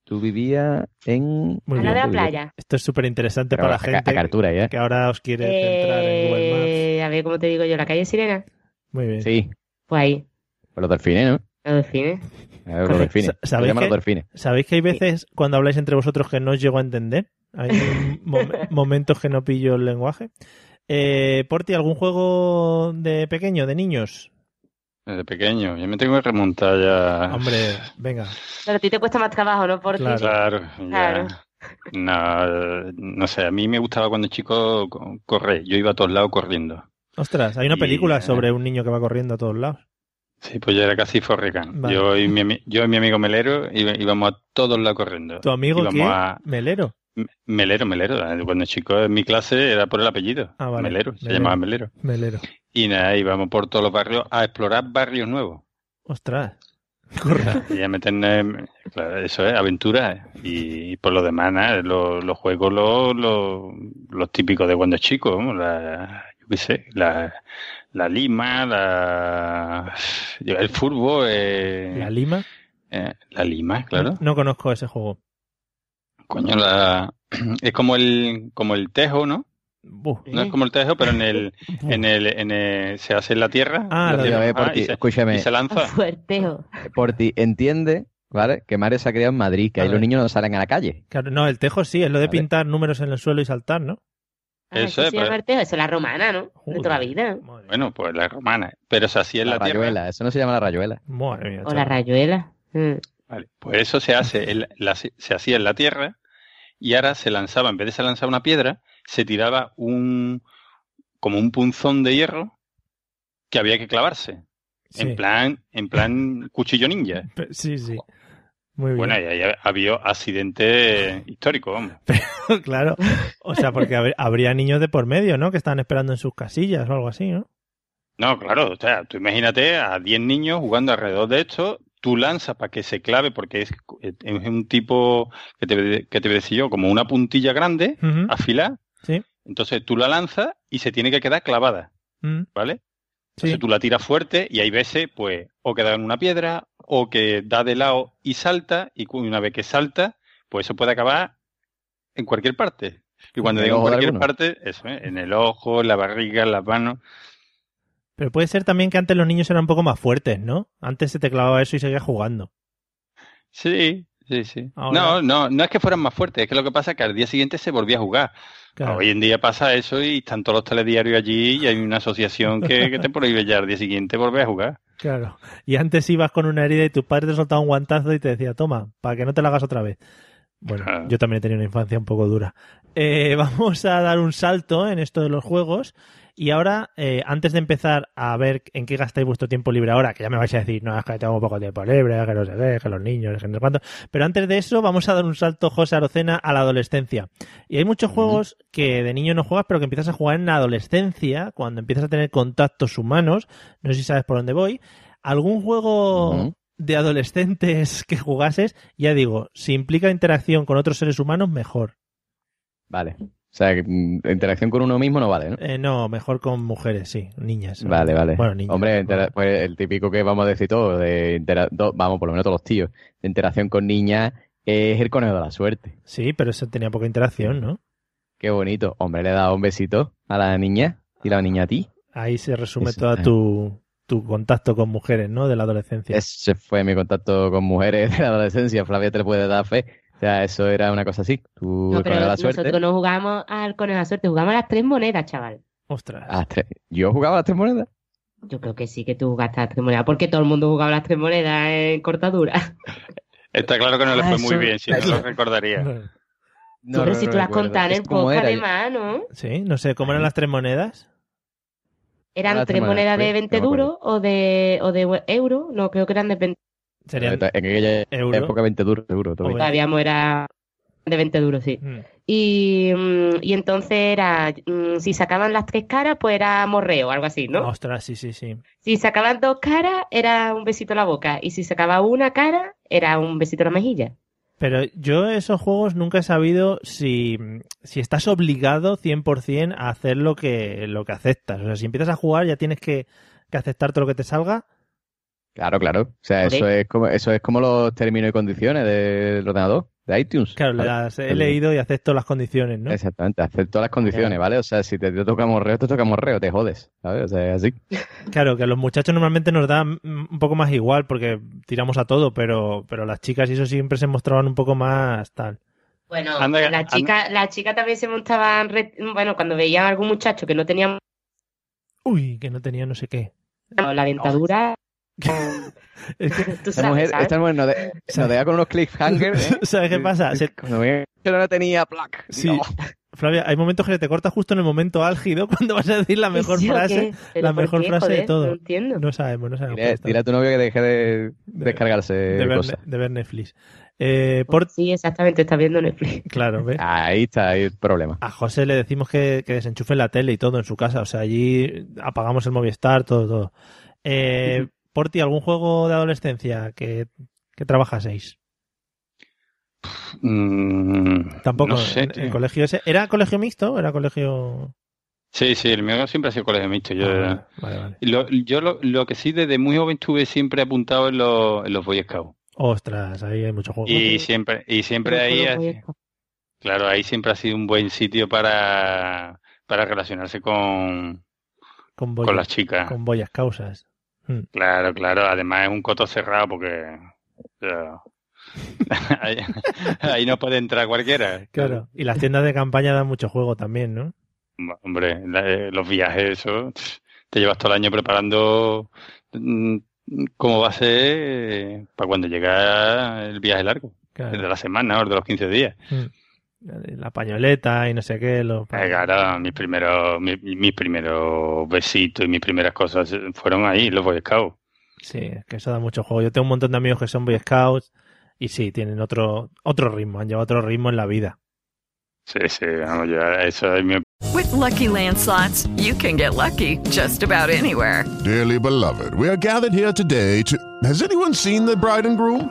Tú vivías en.
Muy
Al lado de la
tú vivías-
playa.
Esto es súper interesante
Pero
para la
a ca- a
gente
Cartura, ¿ya?
que ahora os quiere centrar en Google Maps.
Eh, a ver, ¿cómo te digo yo? ¿La calle Sirena?
Muy bien.
Sí,
Pues ahí,
por los delfines, ¿no?
los delfines.
A ver, Los delfines.
Sa-
Se
¿sabéis
llaman
qué?
los delfines.
¿Sabéis que hay veces cuando habláis entre vosotros que no os llego a entender? Hay mom- momentos que no pillo el lenguaje. Eh, Porti, ¿algún juego de pequeño, de niños?
Desde pequeño. Yo me tengo que remontar ya.
Hombre, venga.
Pero a ti te cuesta más trabajo, ¿no? Por ti.
Claro, ya.
Claro.
No, no sé, a mí me gustaba cuando chico co- correr. Yo iba a todos lados corriendo.
Ostras, hay una
Y,
película
eh,
sobre un niño que va corriendo a todos lados.
Sí, pues yo era casi Forrest Gump.
Vale.
Yo, y mi, ami- yo y mi amigo Melero iba- íbamos a todos lados corriendo.
¿Tu amigo
íbamos
qué?
a-
Melero.
Melero, Melero. Eh, Cuando chico en mi clase era por el apellido.
Ah, vale.
Melero, se
Melero.
llamaba Melero.
Melero.
Y nada, íbamos por todos los barrios a explorar barrios nuevos.
Ostras. Corra.
Y a meternos, claro, eso es, aventuras. Y, por lo demás, nada, los, los juegos, los, los, los típicos de cuando es chico, vamos, la, yo qué sé, la, la lima, la, el fútbol, eh,
¿La Lima?
eh, la lima, claro.
No conozco ese juego.
Coño, la, es como el, como el tejo, ¿no?
Buh.
No es como el tejo, pero en el, en el, en el- se hace en la tierra.
Ah, lo
la
Pero,
tierra
a ver,
mojada,
Porti,
y se,
escúchame.
y se
Ah,
lanza.
Fuerteo.
Porti, entiende, ¿vale? Que Mario se ha criado en Madrid, que
A
ahí los
ver.
niños no salen a la calle.
Claro, no, el tejo sí, es lo de pintar números en el suelo y saltar, ¿no?
Ah,
Eso
eso
es,
pues.
se llama
pero-
arteo, eso es la romana, ¿no? De toda la vida.
Bueno, pues la romana. Pero se hacía en
La
la tierra.
rayuela, eso no se llama la rayuela.
Madre mía,
O la
chaval.
rayuela. Mm.
Vale, pues eso se hace, en la- la- se hacía en la tierra y ahora se lanzaba, en vez de se lanzaba una piedra, se tiraba un como un punzón de hierro que había que clavarse.
Sí.
En plan, en plan cuchillo ninja.
Pe- Sí, sí. Muy bien.
Bueno, y ahí había accidentes históricos, vamos.
claro. O sea, porque hab- habría niños de por medio, ¿no? Que están esperando en sus casillas o algo así, ¿no?
No, claro, o sea, tú imagínate a 10 niños jugando alrededor de esto, tú lanzas para que se clave, porque es, es un tipo que te, que te voy a decir yo, como una puntilla grande,
Ujú.
afilada,
Sí.
entonces tú la lanzas y se tiene que quedar clavada,
Mm.
¿vale? Entonces tú la tiras fuerte y hay veces, pues, o queda en una piedra, o que da de lado y salta, y cu- una vez que salta, pues eso puede acabar en cualquier parte. Y cuando
En el
digo en
ojo de
cualquier
alguno.
parte, eso, ¿eh? en el ojo, en la barriga, en las manos.
Pero puede ser también que antes los niños eran un poco más fuertes, ¿no? Antes se te clavaba eso y seguías jugando.
Sí, sí, sí.
Ahora-
No, no, no es que fueran más fuertes, es que lo que pasa es que al día siguiente se volvía a jugar.
Claro.
Hoy en día pasa eso y están todos los telediarios allí y hay una asociación que, que te prohíbe ya al día siguiente volver a jugar.
Claro. Y antes ibas con una herida y tu padre te soltaba un guantazo y te decía, toma, para que no te la hagas otra vez. Bueno,
Claro.
yo también he tenido una infancia un poco dura. Eh, vamos a dar un salto en esto de los juegos. Y ahora, eh, antes de empezar a ver en qué gastáis vuestro tiempo libre ahora, que ya me vais a decir, no, es que tengo poco tiempo libre, que no se ve, que los niños, que no sé cuánto. Pero antes de eso, vamos a dar un salto, José Arocena, a la adolescencia. Y hay muchos juegos que de niño no juegas, pero que empiezas a jugar en la adolescencia, cuando empiezas a tener contactos humanos. No sé si sabes por dónde voy. ¿Algún juego
Ujú.
de adolescentes que jugases? Ya digo, si implica interacción con otros seres humanos, mejor.
Vale. O sea, que, mm, interacción con uno mismo no vale, ¿no?
Eh, no, mejor con mujeres, sí, niñas.
Vale, vale.
Bueno, niñas.
Hombre, intera- pues el típico que vamos a decir todos, de intera- do- vamos, por lo menos todos los tíos, de interacción con niñas, es el conejo de la suerte.
Sí, pero eso tenía poca interacción, ¿no?
Qué bonito. Hombre, le he dado un besito a la niña y la niña a ti.
Ahí se resume
Eso
todo
está.
tu, tu contacto con mujeres, ¿no? De la adolescencia.
Ese fue mi contacto con mujeres de la adolescencia. Flavia te le puede dar fe. O sea, eso era una cosa así. Tú,
No, pero
el conejo de la
nosotros
suerte.
no jugábamos al conejo de la suerte, jugábamos a las tres monedas, chaval.
Ostras.
a las Ah, tres- Yo jugaba a las tres monedas.
Yo creo que sí que tú jugaste a las tres monedas, porque todo el mundo jugaba a las tres monedas en cortadura.
Está claro que no le
Ah,
fue muy
eso-
bien, si no
eso-
lo recordaría.
No,
pero
no,
si
no
tú las
recuerdo.
contabas en
Es
el
como
podcast,
era.
además, ¿no?
Sí, no sé, ¿cómo eran las tres monedas?
Eran
Las
tres
tres
monedas
monedas,
de
sí,
20
no me acuerdo.
duros o de, o de euro, no creo que eran de 20.
Serían...
En aquella
Euro.
época 20 duros, seguro. todo
O
bien.
veinte.
Todavía era de 20 duros, sí.
Mm.
Y, mm, y entonces era, mm, si sacaban las tres caras, pues era morreo, algo así, ¿no?
Ostras, sí, sí, sí.
Si sacaban dos caras, era un besito a la boca. Y si sacaba una cara, era un besito a la mejilla.
Pero yo esos juegos nunca he sabido si, si estás obligado 100% a hacer lo que, lo que aceptas. O sea, si empiezas a jugar ya tienes que, que aceptar todo lo que te salga.
Claro, claro. O sea,
Ok.
eso es como eso es como los términos y condiciones del ordenador, de iTunes.
Claro,
¿vale?
las he
Pero-
leído y acepto las condiciones, ¿no?
Exactamente, acepto las condiciones, ¿vale? O sea, si te, te toca morreo, te toca morreo, te jodes, ¿sabes? O sea, es así.
Claro, que a los muchachos normalmente nos da mm, un poco más igual porque tiramos a todo, pero, pero las chicas y eso siempre se mostraban un poco más tal.
Bueno,
Anda,
las
anda.
chicas las chicas también se montaban, re- bueno, cuando veían a algún muchacho que no tenía
Uy, que no tenía no sé qué.
la dentadura,
Es que,
tú
Esta
sabes,
mujer,
¿sabes?
esta mujer nos, de- nos deja con unos cliffhangers. ¿eh?
¿Sabes qué pasa? Se-
Cuando ve que no tenía placa.
Sí. Ah, Flavia, hay momentos que te cortas justo en el momento álgido cuando vas a decir la mejor
¿Sí o
frase.
qué? ¿Pero
la
por
mejor
qué,
frase de
joder?
todo.
No entiendo.
No sabemos, no sabemos.
Dile,
Pues,
dile a tu novio que deje de descargarse
de, ver,
cosas.
de ver Netflix. Eh, por,
Sí, exactamente, está viendo Netflix.
claro, ¿ves?
Ahí está ahí el problema.
A José le decimos que, que desenchufe la tele y todo en su casa. O sea, allí apagamos el Movistar, todo, todo. Eh, Porti, ¿algún juego de adolescencia que, que trabajaseis?
Mm,
Tampoco. eh,
no sé,
en- en
tío.
colegio ese. ¿Era colegio mixto? ¿Era colegio...?
Sí, sí, el mío siempre ha sido colegio mixto. Yo,
Ah, vale, vale.
lo, yo lo, lo que sí, desde muy joven estuve siempre apuntado en los, en los Boy Scouts.
Ostras, ahí hay muchos juegos.
Y siempre, y siempre ahí,
Pero,
ha- claro, ahí siempre ha sido un buen sitio para, para relacionarse con,
con, boy-
con las chicas.
con boyas causas.
Claro, claro. Además es un coto cerrado porque o sea, ahí, ahí no puede entrar cualquiera.
Claro. Y las tiendas de campaña dan mucho juego también, ¿no?
Hombre, la- eh, los viajes, eso. Te llevas todo el año preparando mm, cómo va a ser eh, para cuando llega el viaje largo. El de
Claro.
la semana o el de los 15 días.
La pañoleta y no sé qué. Los...
Eh, Claro, mis primeros, mi- mis, primeros besitos y mis primeras cosas eh, fueron ahí, los Boy Scouts.
Sí, es que eso da mucho juego. Yo tengo un montón de amigos que son Boy Scouts y sí, tienen otro, otro ritmo, han llevado otro ritmo en la vida.
Sí, sí, vamos, yo- eso es mi
With Lucky Land slots, you can get lucky just about anywhere.
Dearly beloved, we are gathered here today to. Has anyone seen the bride and groom?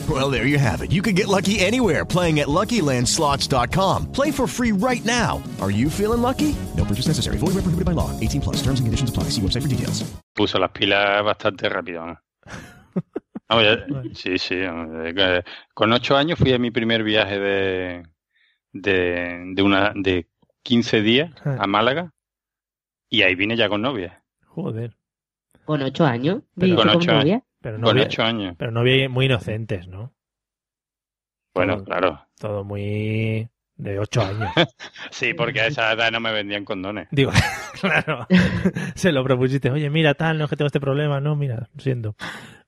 Well, there you have it. You can get lucky anywhere playing at LuckyLandSlots.com. Play for free right now. Are you feeling lucky?
No purchase necessary. Void where prohibited by law. 18 plus. Terms and conditions apply. See website for details.
Puso las pilas bastante rápido. ¿no? Vamos, ya- sí, sí. vamos, eh, Con ocho años fui a mi primer viaje de, de, de una, de 15 días a Málaga y ahí vine ya con novia.
Joder.
Con ocho años.
Pero-
¿viviste
Con ocho años.
novia?
Pero
con
novia-
ocho años.
Pero no vi muy inocentes, ¿no?
Bueno, claro.
Todo muy de ocho años.
Sí, porque a esa edad no me vendían condones.
Digo, claro. Se lo propusiste. Oye, mira, tal, no es que tengo este problema. No, mira, lo siento.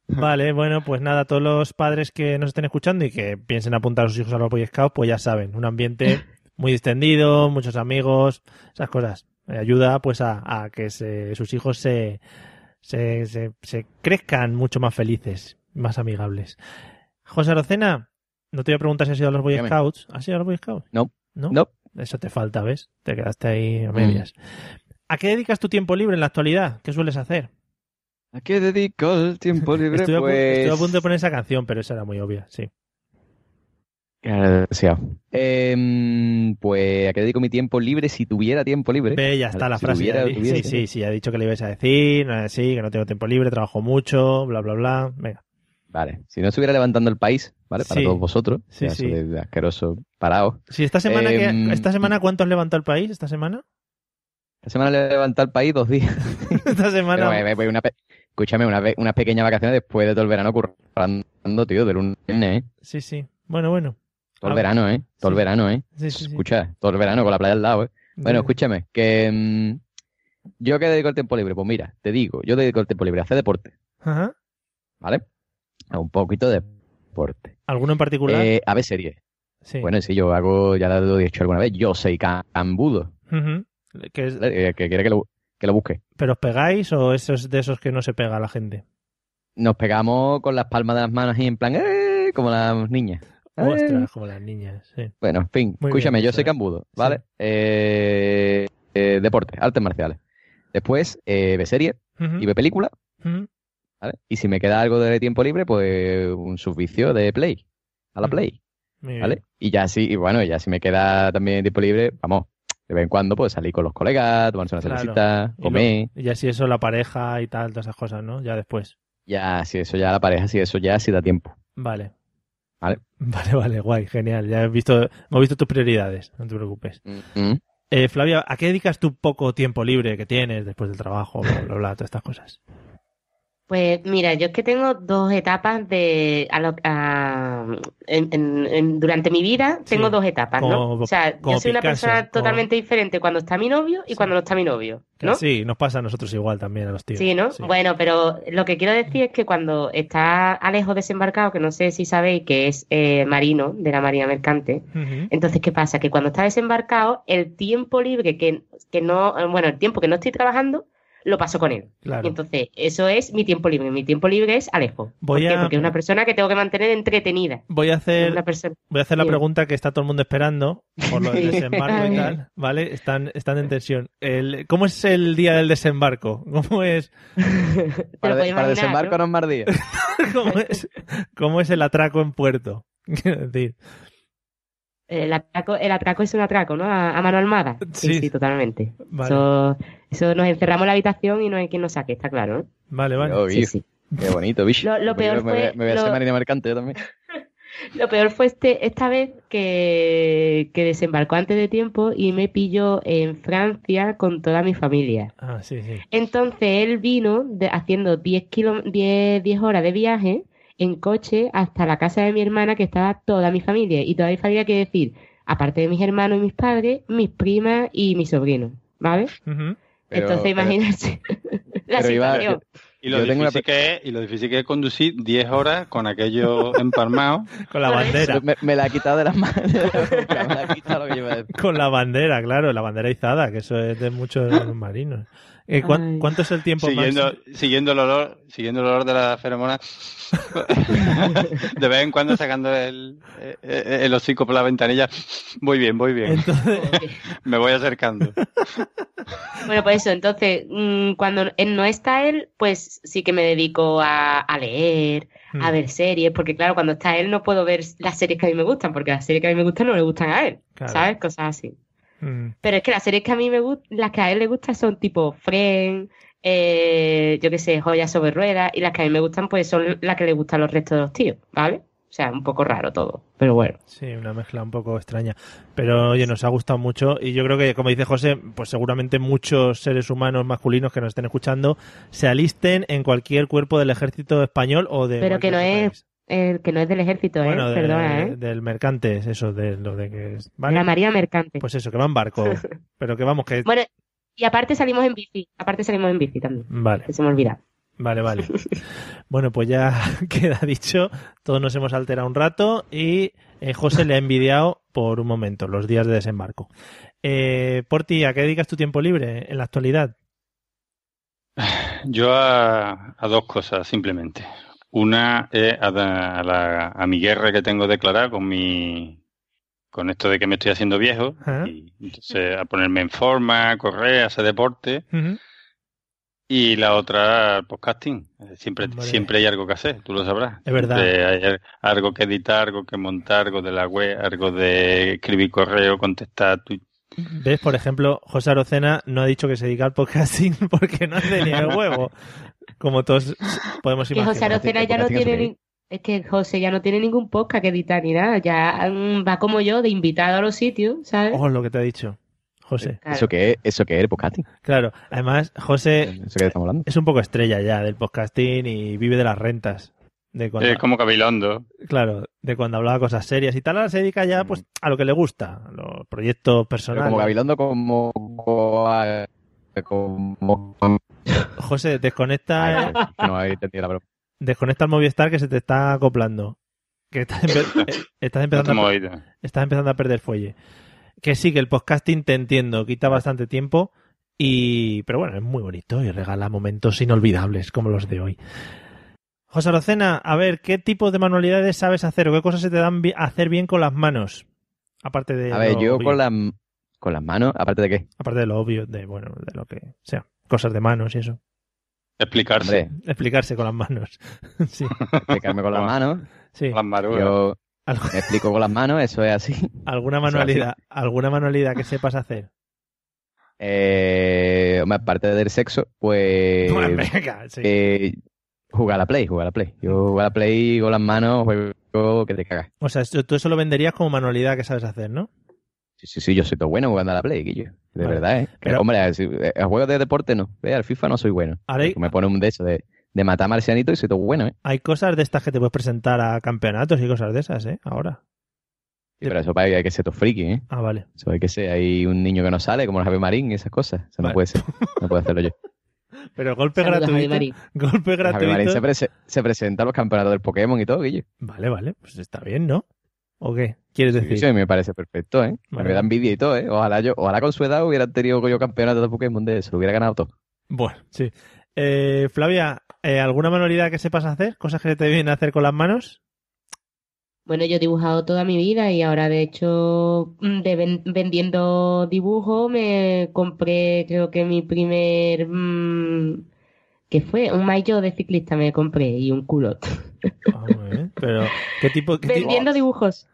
Vale, bueno, pues nada, todos los padres que nos estén escuchando y que piensen apuntar a sus hijos a los Boy Scouts, pues ya saben, un ambiente muy distendido, muchos amigos, esas cosas. Eh, ayuda pues a, a que se- sus hijos se, se, se- se crezcan mucho más felices, más amigables. José Arocena, no te voy a preguntar si has ido a los Boy
Dígame.
Scouts. ¿Has ido a los Boy Scouts?
No.
¿No?
No.
Eso te falta, ¿ves? Te quedaste ahí a
Mm.
medias. ¿A qué dedicas tu tiempo libre en la actualidad? ¿Qué sueles hacer?
¿A qué dedico el tiempo libre?
Estoy, a, pu-
pues...
estoy a punto de poner esa canción, pero esa era muy obvia, sí.
Claro, demasiado. Em, pues, ¿a qué dedico mi tiempo libre si tuviera tiempo libre?
Ve, ya está la
Si
frase.
tuviera,
ya di-
tuviera,
sí, sí, sí, ya he dicho que le ibas a decir, no es así, que no tengo tiempo libre, trabajo mucho, bla, bla, bla. Venga.
Vale, si no estuviera levantando el país, ¿vale? Para
Sí.
todos vosotros,
Sí,
ya
sí.
eso de asqueroso parado.
Sí, esta semana, que-
Em,
¿esta semana cuánto has levantado el país? ¿Esta semana?
Esta semana le he levantado el país dos días.
Esta semana.
Pero, eh, pues, una pe- escúchame, una pe- unas pequeñas vacaciones después de todo el verano currando, tío, del lunes, ¿eh?
Sí, sí. Bueno, bueno.
Todo el
Ah,
verano, ¿eh? Todo el
sí.
verano, ¿eh?
Sí, sí, sí.
Escucha, todo el verano con la playa al lado, ¿eh? Bueno,
Ya.
escúchame, que mm, yo que dedico el tiempo libre, pues mira, te digo, yo dedico el tiempo libre a hacer deporte,
Ajá.
¿vale? A un poquito de deporte.
¿Alguno en particular?
Eh, a ver series.
sí.
Bueno, sí, yo hago, ya lo he dicho alguna vez, yo soy ca- cambudo,
Ujú. Que es-
¿vale? Eh, que quiere que lo, que lo busque.
¿Pero os pegáis o esos de esos que no se pega a la gente?
Nos pegamos con las palmas de las manos y en plan, ¡eh! como las niñas. ¡Eh!
Ostras, como las niñas, sí.
Bueno, en fin,
Muy
escúchame,
bien,
yo
eso
soy
es.
cambudo, ¿vale? Eh, eh, deporte, artes marciales. Después, eh, ve series
Ujú.
y ve películas,
Ujú.
¿vale? Y si me queda algo de tiempo libre, pues un subvicio de Play, a la
Ujú.
Play,
Muy
¿vale?
Mm, bien.
Y ya sí, y bueno, ya si me queda también tiempo libre, vamos, de vez en cuando, pues salir con los colegas, tomarse una
Claro.
cervecita,
Y lo-
comer.
Y así eso, la pareja y tal, todas esas cosas, ¿no? Ya después.
Ya, si eso ya la pareja, si eso ya, si da tiempo.
Vale.
Vale.
Vale, vale, guay, genial. Ya he visto, hemos visto tus prioridades, no te preocupes. Eh, Flavia, ¿a qué dedicas tu poco tiempo libre que tienes después del trabajo, bla, bla, bla, todas estas cosas?
Pues mira, yo es que tengo dos etapas de a lo- a- mm, en- en- en- durante mi vida tengo dos etapas, ¿no?
Como-
o sea,
como
yo soy una
Picasso,
persona
como-
totalmente diferente cuando está mi novio y cuando no está mi novio,
Que
¿no?
Sí, nos pasa a nosotros igual también, a los tíos.
Sí, ¿no? Bueno, pero lo que quiero decir es que cuando está Alejo desembarcado, que no sé si sabéis que es eh, marino de la Marina Mercante,
Ujú.
entonces, ¿qué pasa? Que cuando está desembarcado, el tiempo libre que, que no, bueno, el tiempo que no estoy trabajando, lo paso con él.
Claro.
Y entonces, eso es mi tiempo libre. Mi tiempo libre es Alejo. ¿Por
Voy
qué?
a-
Porque es una persona que tengo que mantener entretenida.
Voy a hacer
Una persona...
Voy a hacer la
Dime.
pregunta que está todo el mundo esperando por lo del
Sí.
desembarco y tal, ¿vale? Están, están en tensión. El- ¿Cómo es el día del desembarco? ¿Cómo es,
Para,
puedes
para
imaginar,
desembarco
¿no?
no es más día.
cómo es, cómo es el atraco en puerto? Quiero decir,
El atraco, el atraco es un atraco, ¿no? A, a mano armada. Sí,
Sí.
sí, totalmente.
Vale.
Eso, eso nos encerramos en la habitación y no hay quien nos saque, está claro, ¿no?
vale, vale.
Oh, bicho, Qué bonito, bicho.
Lo- lo
Porque yo
peor
me voy a-
fue-
me voy a
lo-
hacer marina mercante yo también.
Lo peor fue este, esta vez que, que desembarcó antes de tiempo y me pilló en Francia con toda mi familia.
Ah, sí, sí.
Entonces él vino de- haciendo 10, kilo, 10, 10 horas de viaje en coche hasta la casa de mi hermana que estaba toda mi familia. Y toda mi familia quiere decir, aparte de mis hermanos y mis padres, mis primas y mis sobrinos. ¿Vale?
Pero-
Entonces
pero-
imagínate la
pero iba-
situación.
Y lo,
Yo tengo una
difícil que es, y lo difícil que es conducir 10 horas con aquello empalmado.
Con la bandera.
Me, me la ha quitado de las manos.
Con la bandera, claro, la bandera izada, que eso es de muchos
Ah.
marinos. Eh, ¿cuán- ¿Cuánto es el tiempo
Siguiendo,
máximo?
siguiendo el olor, siguiendo el olor de la feromona, de vez en cuando sacando el, eh, eh, el hocico por la ventanilla, voy bien, voy bien. Me voy acercando.
Bueno, pues eso, entonces, mm, cuando él no está él, pues sí que me dedico a, a leer, a ver series, porque claro, cuando está él no puedo ver las series que a mí me gustan, porque las series que a mí me gustan no le gustan a él,
Claro.
¿sabes? Cosas así.
Mm.
Pero es que las series que a mí me gustan, las que a él le gustan son tipo Friends, eh, yo qué sé, Joyas sobre ruedas, y las que a mí me gustan pues son las que le gustan a los restos de los tíos, ¿vale? O sea, un poco raro todo. Pero bueno.
Sí, una mezcla un poco extraña. Pero oye, nos ha gustado mucho y yo creo que, como dice José, pues seguramente muchos seres humanos masculinos que nos estén escuchando se alisten en cualquier cuerpo del ejército español o de...
Pero que
cualquier
no
otro
es, el que no es del ejército, ¿eh?
Bueno, de-
Perdona, ¿eh?
del mercante, eso, de lo de que es. ¿vale?
La María Mercante.
Pues eh, eso, que va en barco. Pero que vamos, que.
Bueno, y aparte salimos en bici, aparte salimos en bici también.
Vale.
se me olvida.
Vale, vale. Bueno, pues ya queda dicho. Todos nos hemos alterado un rato y eh, José le ha envidiado por un momento los días de desembarco. Eh, Porti, ¿a qué dedicas tu tiempo libre en la actualidad?
Yo a, a dos cosas, simplemente. Una es a, da- a la- a mi guerra que tengo declarada con mi con esto de que me estoy haciendo viejo,
Ajá.
entonces a ponerme en forma, a correr, a hacer deporte,
Ujú.
y la otra al podcasting. Eh, Siempre, siempre hay algo que hacer, tú lo sabrás.
Es verdad.
Siempre hay al- algo que editar, algo que montar, algo de la web, algo de escribir correo, contestar tu-
¿Ves? Por ejemplo, José Arocena no ha dicho que se dedica al podcasting porque no hace ni el huevo. Como todos podemos
que
imaginar.
José Arocena ya no tiene ni- es que José ya no tiene ningún podcast que editar ni nada, ya mm, va como yo de invitado a los sitios, ¿sabes?
Oh, lo que te ha dicho, José.
¿Eso que es? ¿Eso que es el podcasting?
Claro, además, José
¿Eso que estamos hablando?
es un poco estrella ya del podcasting y vive de las rentas. De
Eh,
cuando-
Es como cavilondo.
Claro, de cuando hablaba cosas serias y tal, ahora se dedica ya pues a lo que le gusta, a los proyectos
Mm. Pero
personales.
como gavilando, como. como. como-
José, desconecta,
Ay, no había entendido la broma.
desconecta el Movistar que se te está acoplando. Que estás, empe- eh, estás
No te
empezando, a,
hemos
per-
oído.
estás empezando a perder fuelle. Que sí, que el podcasting te entiendo, quita bastante tiempo y pero bueno, es muy bonito y regala momentos inolvidables como los de hoy. José Arocena, a ver, ¿qué tipo de manualidades sabes hacer o qué cosas se te dan bi- hacer bien con las manos? Aparte de
A ver,
lo
yo
obvio.
con, las con las manos, aparte de qué?
aparte de lo obvio, de bueno, de lo que sea, cosas de manos y eso.
Explicarse.
Explicarse con las manos. sí.
Explicarme con las manos.
Sí.
Las
Yo me explico con las manos, eso es así.
¿Alguna
Eso es así.
manualidad, alguna manualidad que sepas hacer?
Eh, hombre, aparte del sexo, pues.
Venga, sí.
eh, jugar a la Play, jugar a la Play. Yo jugar a la Play con las manos, juego que te cagas.
O sea, esto- tú eso lo venderías como manualidad que sabes hacer, ¿no?
Sí, sí, sí, yo soy todo bueno jugando a la Play, Guillo. De
Vale.
verdad, ¿eh?
Pero-
Hombre, a, si- a juegos de deporte no. Eh, al FIFA no soy bueno.
Ahora hay-
Me pone un de eso de, de matar marcianito y soy todo bueno, ¿eh?
Hay cosas de estas que te puedes presentar a campeonatos y cosas de esas, ¿eh? Ahora.
Sí, pero eso para hay que ser todo friki, ¿eh?
Ah, vale.
Eso hay que ser. Hay un niño que no sale, como el Javi Marín y esas cosas. Eso no puede ser. No puede hacerlo yo.
Pero golpe
Saludos, Javi
gratuito.
Marín.
Golpe
El Javi Marín
gratuito.
se, prese- se presenta a los campeonatos del Pokémon y todo, Guillo.
Vale, vale. Pues está bien, ¿no? ¿O qué? ¿Quieres
Sí,
decir?
sí, me parece perfecto, ¿eh?
Vale.
Me da envidia y todo, ¿eh? Ojalá, yo, ojalá con su edad hubiera tenido yo campeonato de Pokémon de eso. Lo hubiera ganado todo.
Bueno, sí. Eh, Flavia, eh, ¿alguna manualidad que sepas hacer? ¿Cosas que se te vienen a hacer con las manos?
Bueno, yo he dibujado toda mi vida y ahora de hecho mm, de ven- vendiendo dibujo me compré creo que mi primer mm, ¿qué fue? Un maillot de ciclista me compré y un culot.
Ah, muy bien. Pero, ¿qué tipo, qué tipo-
Vendiendo dibujos.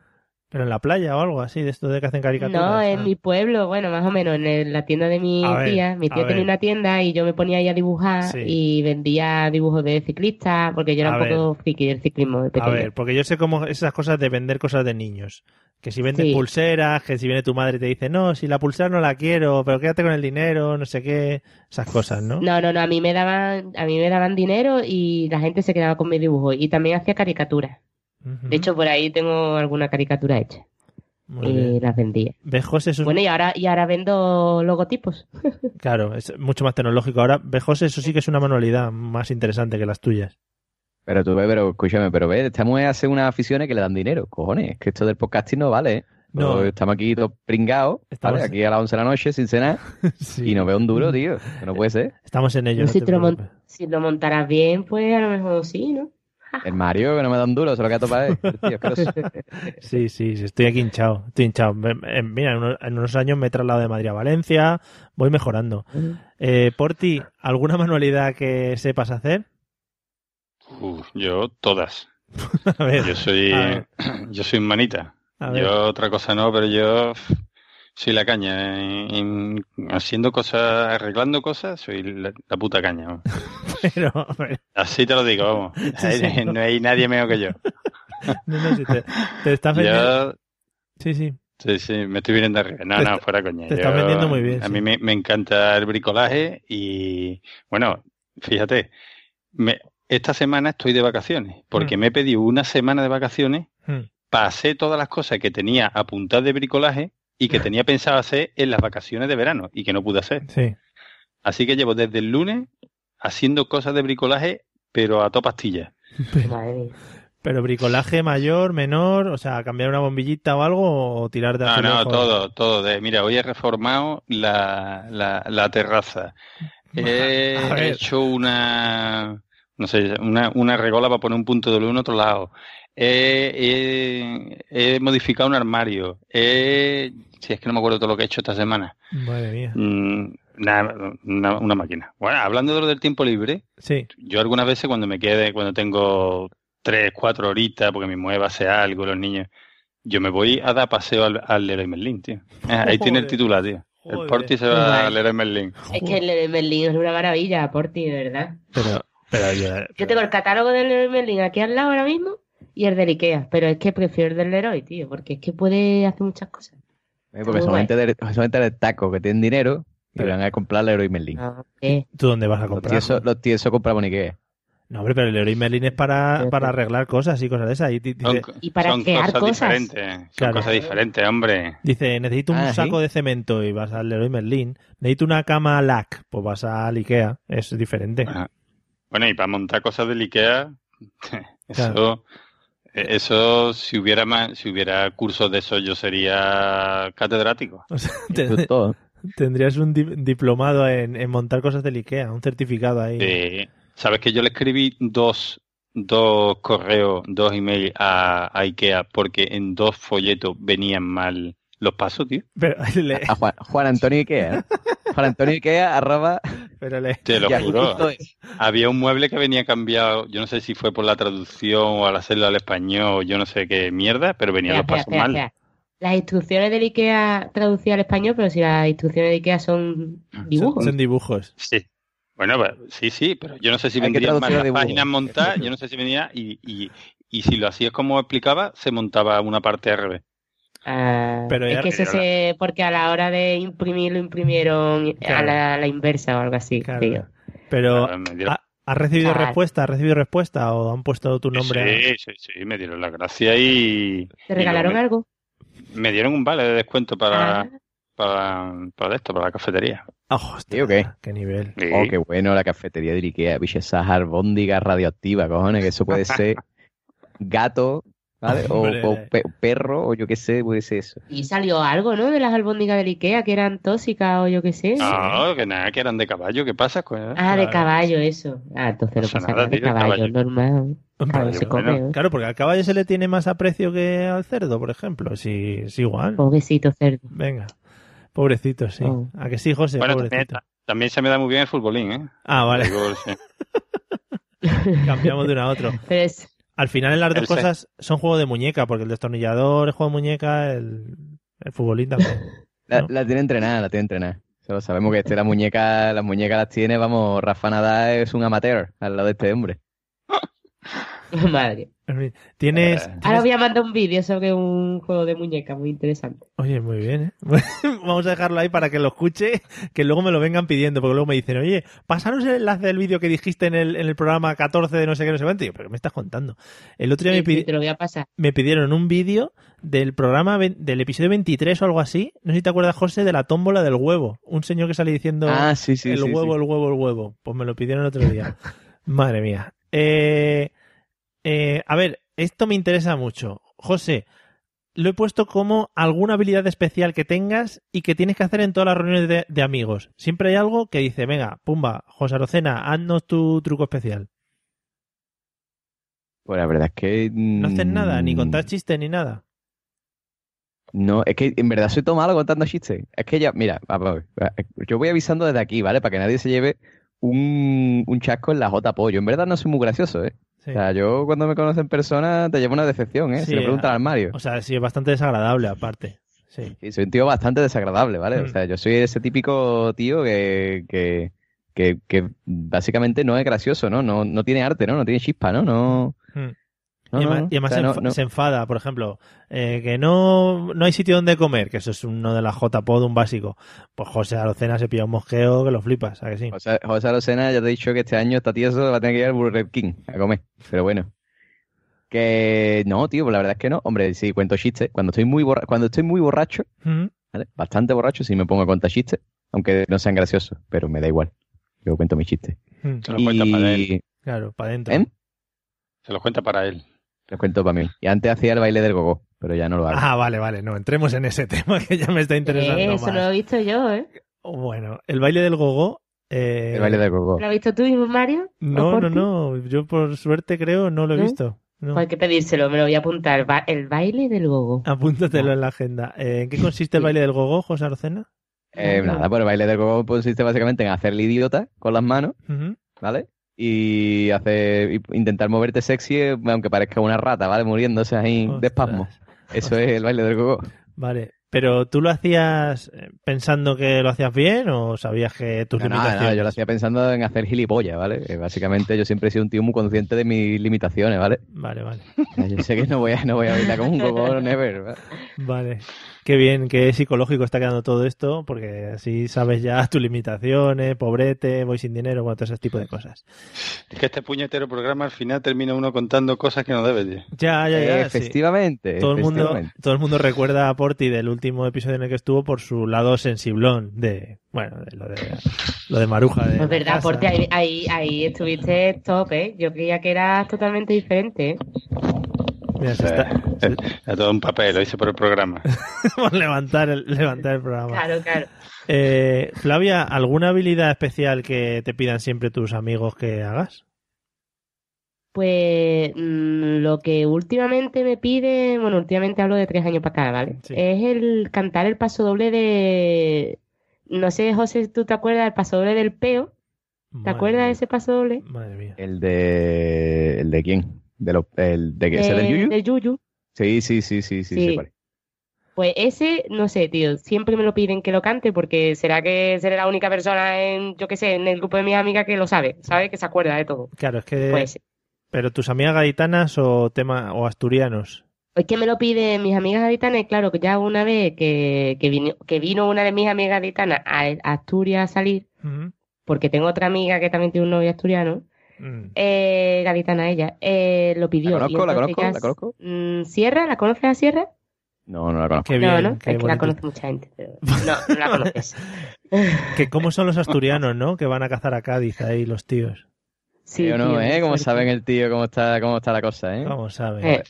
Pero en la playa o algo así, de esto de que hacen caricaturas.
No, en
Ah.
mi pueblo, bueno, más o menos, en el- la tienda de mi
A ver,
tía. Mi
a
tía
ver.
tenía una tienda y yo me ponía ahí a dibujar
Sí.
y vendía dibujos de ciclistas porque yo era
A
un poco friki del ciclismo de
A
pequeña.
ver, porque yo sé cómo esas cosas de vender cosas de niños. Que si vendes
Sí.
pulseras, que si viene tu madre y te dice, no, si la pulsera no la quiero, pero quédate con el dinero, no sé qué, esas cosas, ¿no?
No, no, no, a mí me daban, a mí me daban dinero y la gente se quedaba con mis dibujos y también hacía caricaturas. De hecho, por ahí tengo alguna caricatura hecha.
Muy
y
bien.
las vendía.
¿Ves, José? Eso es-
eh, Bueno, y ahora, y ahora vendo logotipos.
Claro, es mucho más tecnológico. Ahora, ¿ves, José? Eso sí que es una manualidad más interesante que las tuyas.
Pero tú ve, pero escúchame, pero ve, estamos hace unas aficiones que le dan dinero, cojones, que esto del podcasting no vale. ¿eh?
No.
Pues Estamos aquí todos pringados,
Estamos-
¿vale? aquí a las 11 de la noche sin cenar y no veo un duro, tío. que No puede ser.
Estamos en ello.
Pero
no
si,
te
te lo mon-
preocupes.
si lo montaras bien, pues a lo mejor sí, ¿no?
El Mario que no me da un duro, se lo queda todo para él. Tío, es que lo sé.
Sí, sí, sí, estoy aquí hinchado, estoy hinchado. Me- me- Mira, en unos, en unos años me he trasladado de Madrid a Valencia, voy mejorando. Eh, Porti, ¿alguna manualidad que sepas hacer?
Uf, yo todas.
A ver,
Yo soy,
a ver.
yo soy manita.
A ver.
Yo otra cosa no, pero yo f- soy la caña. En- en- haciendo cosas, arreglando cosas, soy la, la puta caña. vamos.
Pero, a ver,
Así te lo digo, vamos.
sí,
no hay nadie mejor que yo.
no, no, si te, te estás vendiendo.
Yo,
Sí, sí.
sí, sí, me estoy viniendo arriba. No,
Te
no,
está-
fuera coña.
te estás
Yo-
vendiendo muy bien,
A
sí.
mí me, me encanta el bricolaje y, bueno, fíjate, me- esta semana estoy de vacaciones porque
Mm.
me he pedido una semana de vacaciones pasé todas las cosas que tenía apuntadas de bricolaje y que tenía pensado hacer en las vacaciones de verano y que no pude hacer.
Sí.
Así que llevo desde el lunes haciendo cosas de bricolaje, pero a toda pastilla.
Pero bricolaje mayor, menor, o sea, cambiar una bombillita o algo o tirar de
No, no,
azulejo.
todo, todo. De, mira, hoy he reformado la, la, la terraza.
A
He
ver.
hecho una, no sé, una, una regola para poner un punto de luz en otro lado. He, he- he modificado un armario. He- si es que no me acuerdo todo lo que he hecho esta semana.
Madre mía.
Mm, nada, una, una máquina. Bueno, hablando de lo del tiempo libre,
Sí.
yo algunas veces cuando me quede, cuando tengo tres, cuatro horitas, porque mi mujer va a hacer algo, los niños, yo me voy a dar paseo al, al Leroy Merlin, tío. Ah, Ahí tiene el
Joder.
titular, tío. El
Joder.
Porti se va al Leroy Merlin.
Es que el Leroy Merlin es una maravilla, Porti, de verdad.
Pero, pero yo,
Yo tengo el catálogo del Leroy Merlin aquí al lado ahora mismo y el del Ikea, pero es que prefiero el del Leroy, tío, porque es que puede hacer muchas cosas.
Eh, Porque son
Bueno.
gente, de, son gente de taco que tienen dinero y le van a comprar el Leroy Merlin.
Eh,
¿Tú dónde vas a
Los
comprar?
tiesos, los tiesos compraban Ikea.
No, hombre, pero el Leroy Merlin es para,
Eh,
para arreglar cosas y cosas de esas. Y, di- dice,
Y para
Son
crear
cosas
cosas.
diferentes. Son
Claro.
cosas diferentes, hombre.
dice, necesito un
Ah, ¿sí?
saco de cemento y vas al Leroy Merlin. Necesito una cama LAC, pues vas al Ikea. Es diferente.
Ah, Bueno, y para montar cosas del IKEA,
Claro.
eso, eh, eso si hubiera más, si hubiera cursos de eso, yo sería catedrático.
O sea, te- tendrías un di- diplomado en, en montar cosas del Ikea, un certificado ahí.
Eh, Sabes que yo le escribí dos, dos correos, dos emails a, a IKEA porque en dos folletos venían mal los pasos, tío.
Pero le,
A Juan, Juan Antonio Ikea. ¿no? Juan Antonio Ikea, arroba.
pero le-
Te lo
Ya,
juro.
justo
Había un mueble que venía cambiado, yo no sé si fue por la traducción o al hacerlo al español, yo no sé qué mierda, pero venían
Espera,
los pasos
espera,
mal.
espera, espera. Las instrucciones del IKEA traducidas al español, pero si las instrucciones de IKEA son dibujos.
Son dibujos.
Sí. Bueno, pues, sí, sí, pero yo no sé si
Hay que
vendrían más
traducir a
las
dibujo.
páginas montadas, yo no sé si venía y, y, y si lo hacías como explicaba, se montaba una parte al revés.
Ah,
Pero
es
era-
que eso
pero
se. Porque a la hora de imprimir lo imprimieron a
Claro.
la, a la inversa o algo así. creo.
Pero, ¿ha- ¿has recibido
Claro.
respuesta? ¿Has recibido respuesta o han puesto tu nombre?
Sí, sí, sí, me dieron las gracias y...
¿Te
y
regalaron
luego
algo?
me, me dieron un vale de descuento para,
Ah.
para, para esto, para la cafetería.
Ah, hostia,
¿Sí o qué?
qué nivel.
Oh, qué bueno la cafetería de Ikea. Bicho, esas albóndigas radioactivas, cojones, que eso puede ser gato, ¿vale? O,
Hombre.
o pe- perro, o yo qué sé, puede ser eso.
Y salió algo, ¿no? De las albóndigas del IKEA que eran tóxicas o yo qué sé.
No, que nada, que eran de caballo, ¿qué pasa? Pues, coño?
Ah, de caballo, eso. Ah, entonces lo
pasa
pasa
nada,
de
tío, el
caballo,
caballo.
normal. Claro, se come, ¿eh?
Claro, porque al caballo se le tiene más aprecio que al cerdo, por ejemplo. Si es igual.
Pobrecito cerdo.
Venga. Pobrecito, sí.
Oh.
¿A que sí, José?
Bueno, también,
Pobrecito.
también se me da muy bien el futbolín, ¿eh?
Ah, vale.
El gol, sí.
Cambiamos de uno a otro.
Pero es-
Al final en las dos
El se-
cosas son juego de muñeca, porque el destornillador es juego de muñeca, el, el futbolín también.
La, la tiene entrenada, la tiene entrenada. Solo sabemos que este, la muñeca, las muñecas las tiene, vamos, Rafa Nadal es un amateur al lado de este hombre.
Madre.
En fin, Tienes,
Ahora voy a mandar un vídeo sobre un juego de muñeca muy interesante.
Oye, muy bien, ¿eh? Vamos a dejarlo ahí para que lo escuche, que luego me lo vengan pidiendo, porque luego me dicen, oye, pasaros el enlace del vídeo que dijiste en el, en el programa 14 de no sé qué, no sé cuánto. Y yo, pero ¿qué me estás contando? El otro día me,
Sí, sí,
pidi-
te lo voy a pasar.
me pidieron un vídeo del programa, ve- del episodio 23 o algo así. No sé si te acuerdas, José, de la tómbola del huevo. Un señor que sale diciendo,
Ah, sí, sí,
el
sí,
huevo,
sí.
el huevo, el huevo. Pues me lo pidieron el otro día. Madre mía. Eh, eh, a ver, esto me interesa mucho. José, lo he puesto como alguna habilidad especial que tengas y que tienes que hacer en todas las reuniones de, de amigos. Siempre hay algo que dice, venga, pumba, José Arocena, haznos tu truco especial.
Pues la verdad es que. mm,
No haces nada, ni contar chistes, ni nada.
No, es que en verdad soy todo malo contando chistes. Es que ya, mira, va, va, va, eh, yo voy avisando desde aquí, ¿vale? Para que nadie se lleve un, un chasco en la J pollo. En verdad no soy muy gracioso, ¿eh?
Sí.
O sea, yo cuando me conocen en persona te llevo una decepción, ¿eh?
Sí,
si le preguntan
a-
al Mario.
O sea, sí, es bastante desagradable aparte. Sí.
Sí, soy un tío bastante desagradable, ¿vale? O
Mm.
sea, yo soy ese típico tío que, que, que, que básicamente no es gracioso, ¿no? No, no tiene arte, ¿no? No tiene chispa, ¿no? No.
Hmm.
No,
y además,
no, no.
y además
O sea,
se,
no,
enfa-
no.
se enfada, por ejemplo, eh, que no, no hay sitio donde comer, que eso es uno de la J-Pod, un básico. Pues José Arocena se pilla un mosqueo que lo flipas, ¿a que sí?
José, José Arocena, ya te he dicho que este año está tieso, va a tener que ir al Burger King a comer. Pero bueno. Que no, tío, pues la verdad es que no. Hombre, sí, cuento chistes. Cuando estoy muy, borra- cuando estoy muy borracho,
Mm,
¿vale? Bastante borracho, sí me pongo a contar chistes, aunque no sean graciosos, pero me da igual. Yo cuento mis chistes.
Mm.
Se los cuenta para él.
Claro, para adentro.
¿Eh?
Se los cuenta para él.
Los cuento para mí. Y antes hacía el baile del gogo, pero ya no lo hago.
Ah, vale, vale, no, entremos en ese tema que ya me está interesando
Eh, eso
más.
lo he visto yo, ¿eh?
Bueno, el baile del gogo. eh,
el baile del gogo.
¿Lo has visto tú, Mario? ¿O
No, no,
Porti?
no, yo por suerte creo no lo he
¿No?
visto. No. Ah,
Pues hay que pedírselo, me lo voy a apuntar. Va- el baile del gogo.
Apúntatelo en la agenda. Eh, ¿En qué consiste el baile del gogo, José Arocena?
Eh, nada, pues el baile del gogo consiste básicamente en hacer el idiota con las manos,
Ujú.
¿vale? Y hacer, y intentar moverte sexy, eh, aunque parezca una rata, ¿vale? Muriéndose ahí de espasmo. Eso es el baile del gogo.
Vale, pero ¿tú lo hacías eh, pensando que lo hacías bien o sabías que tus
No, no,
limitaciones?
no, yo lo hacía pensando en hacer gilipollas, ¿vale? Eh, básicamente yo siempre he sido un tío muy consciente de mis limitaciones, ¿vale?
Vale, vale.
Yo sé que no voy a, no voy a bailar como un gogo, never, ¿vale?
Vale, qué bien, qué psicológico está quedando todo esto, porque así sabes ya tus limitaciones, pobrete, voy sin dinero, bueno, todo ese tipo de cosas.
Es que este puñetero programa al final termina uno contando cosas que no debe, tío.
Ya, ya,
Eh,
ya. sí.
Efectivamente.
Todo el, mundo,
efectivamente.
todo el mundo recuerda a Porti del último episodio en el que estuvo por su lado sensiblón de, bueno, de lo de, lo de Maruja. De
Pues
la
verdad,
casa.
porque ahí, ahí, ahí estuviste top, ¿eh? Yo creía que eras totalmente diferente. ¿eh?
Mira, se está-
Era todo un papel, lo hice por el programa.
por levantar el, levantar el programa.
Claro, claro.
Eh, Flavia, ¿alguna habilidad especial que te pidan siempre tus amigos que hagas?
Pues mm, lo que últimamente me pide, bueno, últimamente hablo de tres años para acá, ¿vale? Es el cantar el paso doble de, no sé, José, ¿tú te acuerdas del paso doble del peo? ¿Te acuerdas de ese paso doble?
El de. ¿El de quién? De los- el de que. ¿Ese del
Eh,
Yuyu?
del Yuyu.
Sí, sí, sí, sí, sí,
Sí.
sé cuál es.
Pues ese, no sé, tío, siempre me lo piden que lo cante porque será que seré la única persona en, yo qué sé, en el grupo de mis amigas que lo sabe, sabe que se acuerda de todo.
Claro, es
Eh.
que.
Pues sí.
pero tus amigas gaditanas o tema o asturianos.
Es que me lo piden mis amigas gaditanas, y claro, que ya una vez que, que, vino, que vino una de mis amigas gaditanas a, a Asturias a salir, porque tengo otra amiga que también tiene un novio asturiano,
Mm.
eh, gaditana ella, eh, lo pidió.
La
y
conozco, la
entonces
conozco,
ya
la
es-
conozco.
mm, ¿Sierra? ¿La conoces a Sierra?
No, no la conozco.
Qué
no,
bien,
no,
qué
es que la
bonito.
conoce mucha gente, pero no, no la conoces.
Que cómo son los asturianos, ¿no? Que van a cazar a Cádiz ahí los tíos.
Sí,
Yo no,
tío,
¿eh?
muy
Como
fuerte.
saben el tío, cómo está, cómo está la cosa, ¿eh?
Vamos, saben.
Eh.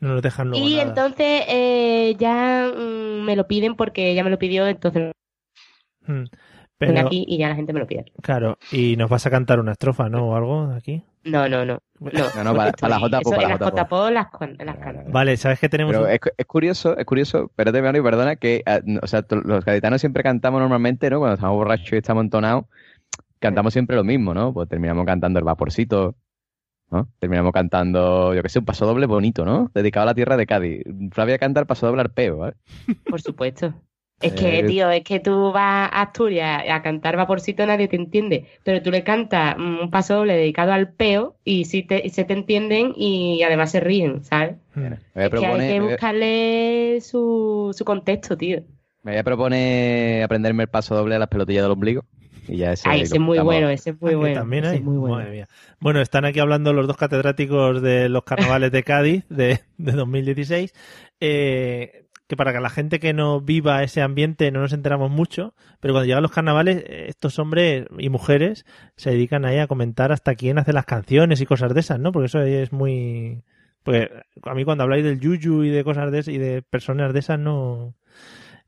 No nos dejan luego
Y
nada.
entonces eh, ya mm, me lo piden porque ella me lo pidió, entonces
Mm.
ven
Pero,
aquí y ya la gente me lo pide.
claro, y nos vas a cantar una estrofa, ¿no? O algo aquí.
No, no, no. No,
No, no, para- para la J-Pop,
Eso
para
en
la
las
J-Pop.
J-Pop las, con- las canto.
Vale, sabes que tenemos.
Pero
eh,
un-
es, cu- es curioso, es curioso, espérate, Mario, perdona, que ah, no, o sea, to- los gaditanos siempre cantamos normalmente, ¿no? Cuando estamos borrachos y estamos entonados, cantamos siempre lo mismo, ¿no? Pues terminamos cantando el vaporcito, ¿no? Terminamos cantando, yo qué sé, un paso doble bonito, ¿no? Dedicado a la tierra de Cádiz. Flavia canta el paso doble arpeo, ¿vale?
Por supuesto. Es
Eh.
que, tío, es que tú vas a Asturias a cantar vaporcito, nadie te entiende, pero tú le cantas mm, un paso doble dedicado al peo y sí te, y se te entienden y además se ríen, ¿sabes?
Mm.
Me eh, voy a
Es que hay que
proponer, me voy a-
buscarle su, su contexto, tío.
me voy a proponer aprenderme el paso doble a las pelotillas del ombligo. Y ya ese
Ay,
lo
Ah, ese es muy
quitamos.
bueno, ese es muy
Aquí
bueno.
Ah, También
ese
hay.
es muy bueno.
Madre mía. Bueno, están aquí hablando los dos catedráticos de los carnavales de Cádiz de, de 2016. eh, que para que la gente que no viva ese ambiente no nos enteramos mucho, pero cuando llegan los carnavales, eh, estos hombres y mujeres se dedican ahí a comentar hasta quién hace las canciones y cosas de esas, ¿no? Porque eso es muy. Porque a mí cuando habláis del yuyu y de cosas de esas y de personas de esas no.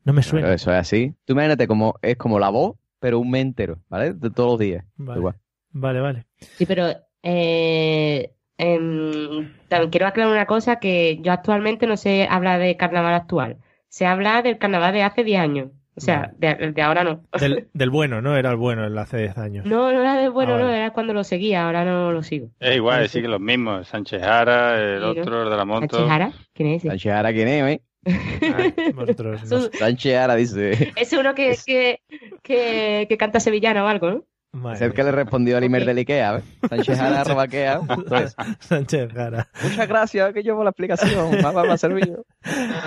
No me suena.
Claro, eso es así. Tú imagínate como es como la voz, pero un mes entero, ¿vale? De todos los días.
Vale.
Igual.
Vale, vale.
Sí, pero eh, em, también quiero aclarar una cosa que yo actualmente no se habla de carnaval actual. Se habla del carnaval de hace 10 años. O sea, de, de ahora no.
Del, del bueno, ¿no? Era el bueno el hace 10 años.
No, no era del bueno,
Ah, vale.
no, era cuando lo seguía, ahora no lo sigo.
Es igual, es decir, que los mismos. Sánchez Jara, el
Ah, Sí, ¿no?
otro, el de la moto.
¿Sánchez Jara? ¿Quién es ese?
Sánchez Jara, ¿quién es, eh?
Vosotros,
no Son-
Sánchez Jara dice.
Es uno que, que, que, que canta sevillano o algo, ¿no?
Es el que le respondió al email del Ikea, ¿ves? Sánchez Jara, arroba Ikea. Entonces,
Sánchez Jara.
Muchas gracias, que yo por la explicación. Va, va, va a servir.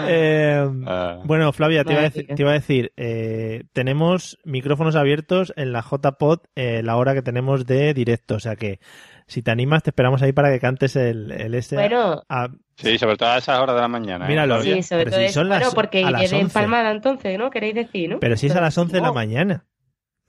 Eh,
Ah,
Bueno, Flavia, te iba a,
Madre
deci- te iba a decir, eh, tenemos micrófonos abiertos en la JPod eh, la hora que tenemos de directo, o sea que si te animas te esperamos ahí para que cantes el, el este. Ah, ese.
Bueno.
a-
Sí, sobre todo a esas horas de la mañana. ¿eh?
Míralo.
Todavía.
Sí, sobre
Pero
todo
si
es-
son las-
bueno, porque
a las
lleve
11.
empalmada entonces, ¿no? Queréis decir, ¿no?
pero si es a las 11 de la
No.
mañana,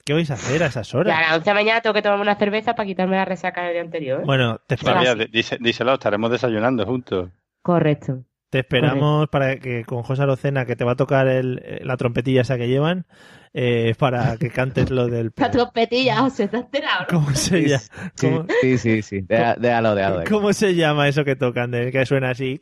¿qué vais a hacer a esas horas?
Ya, a las 11 de la mañana tengo que tomarme una cerveza para quitarme la resaca del día anterior. ¿eh?
Bueno, te
Flavia,
esperamos,
di- dice- díselo, estaremos desayunando juntos.
Correcto.
te esperamos para que con José Arocena, que te va a tocar el- eh, la trompetilla esa que llevan, eh, para que cantes lo del...
La trompetilla, José, ¿te has enterado?
¿Cómo se llama?
Sí,
¿Cómo-
sí, sí. sí. Deja- Déjalo, déjalo. déjalo.
¿Cómo se llama eso que tocan? de- Que suena así.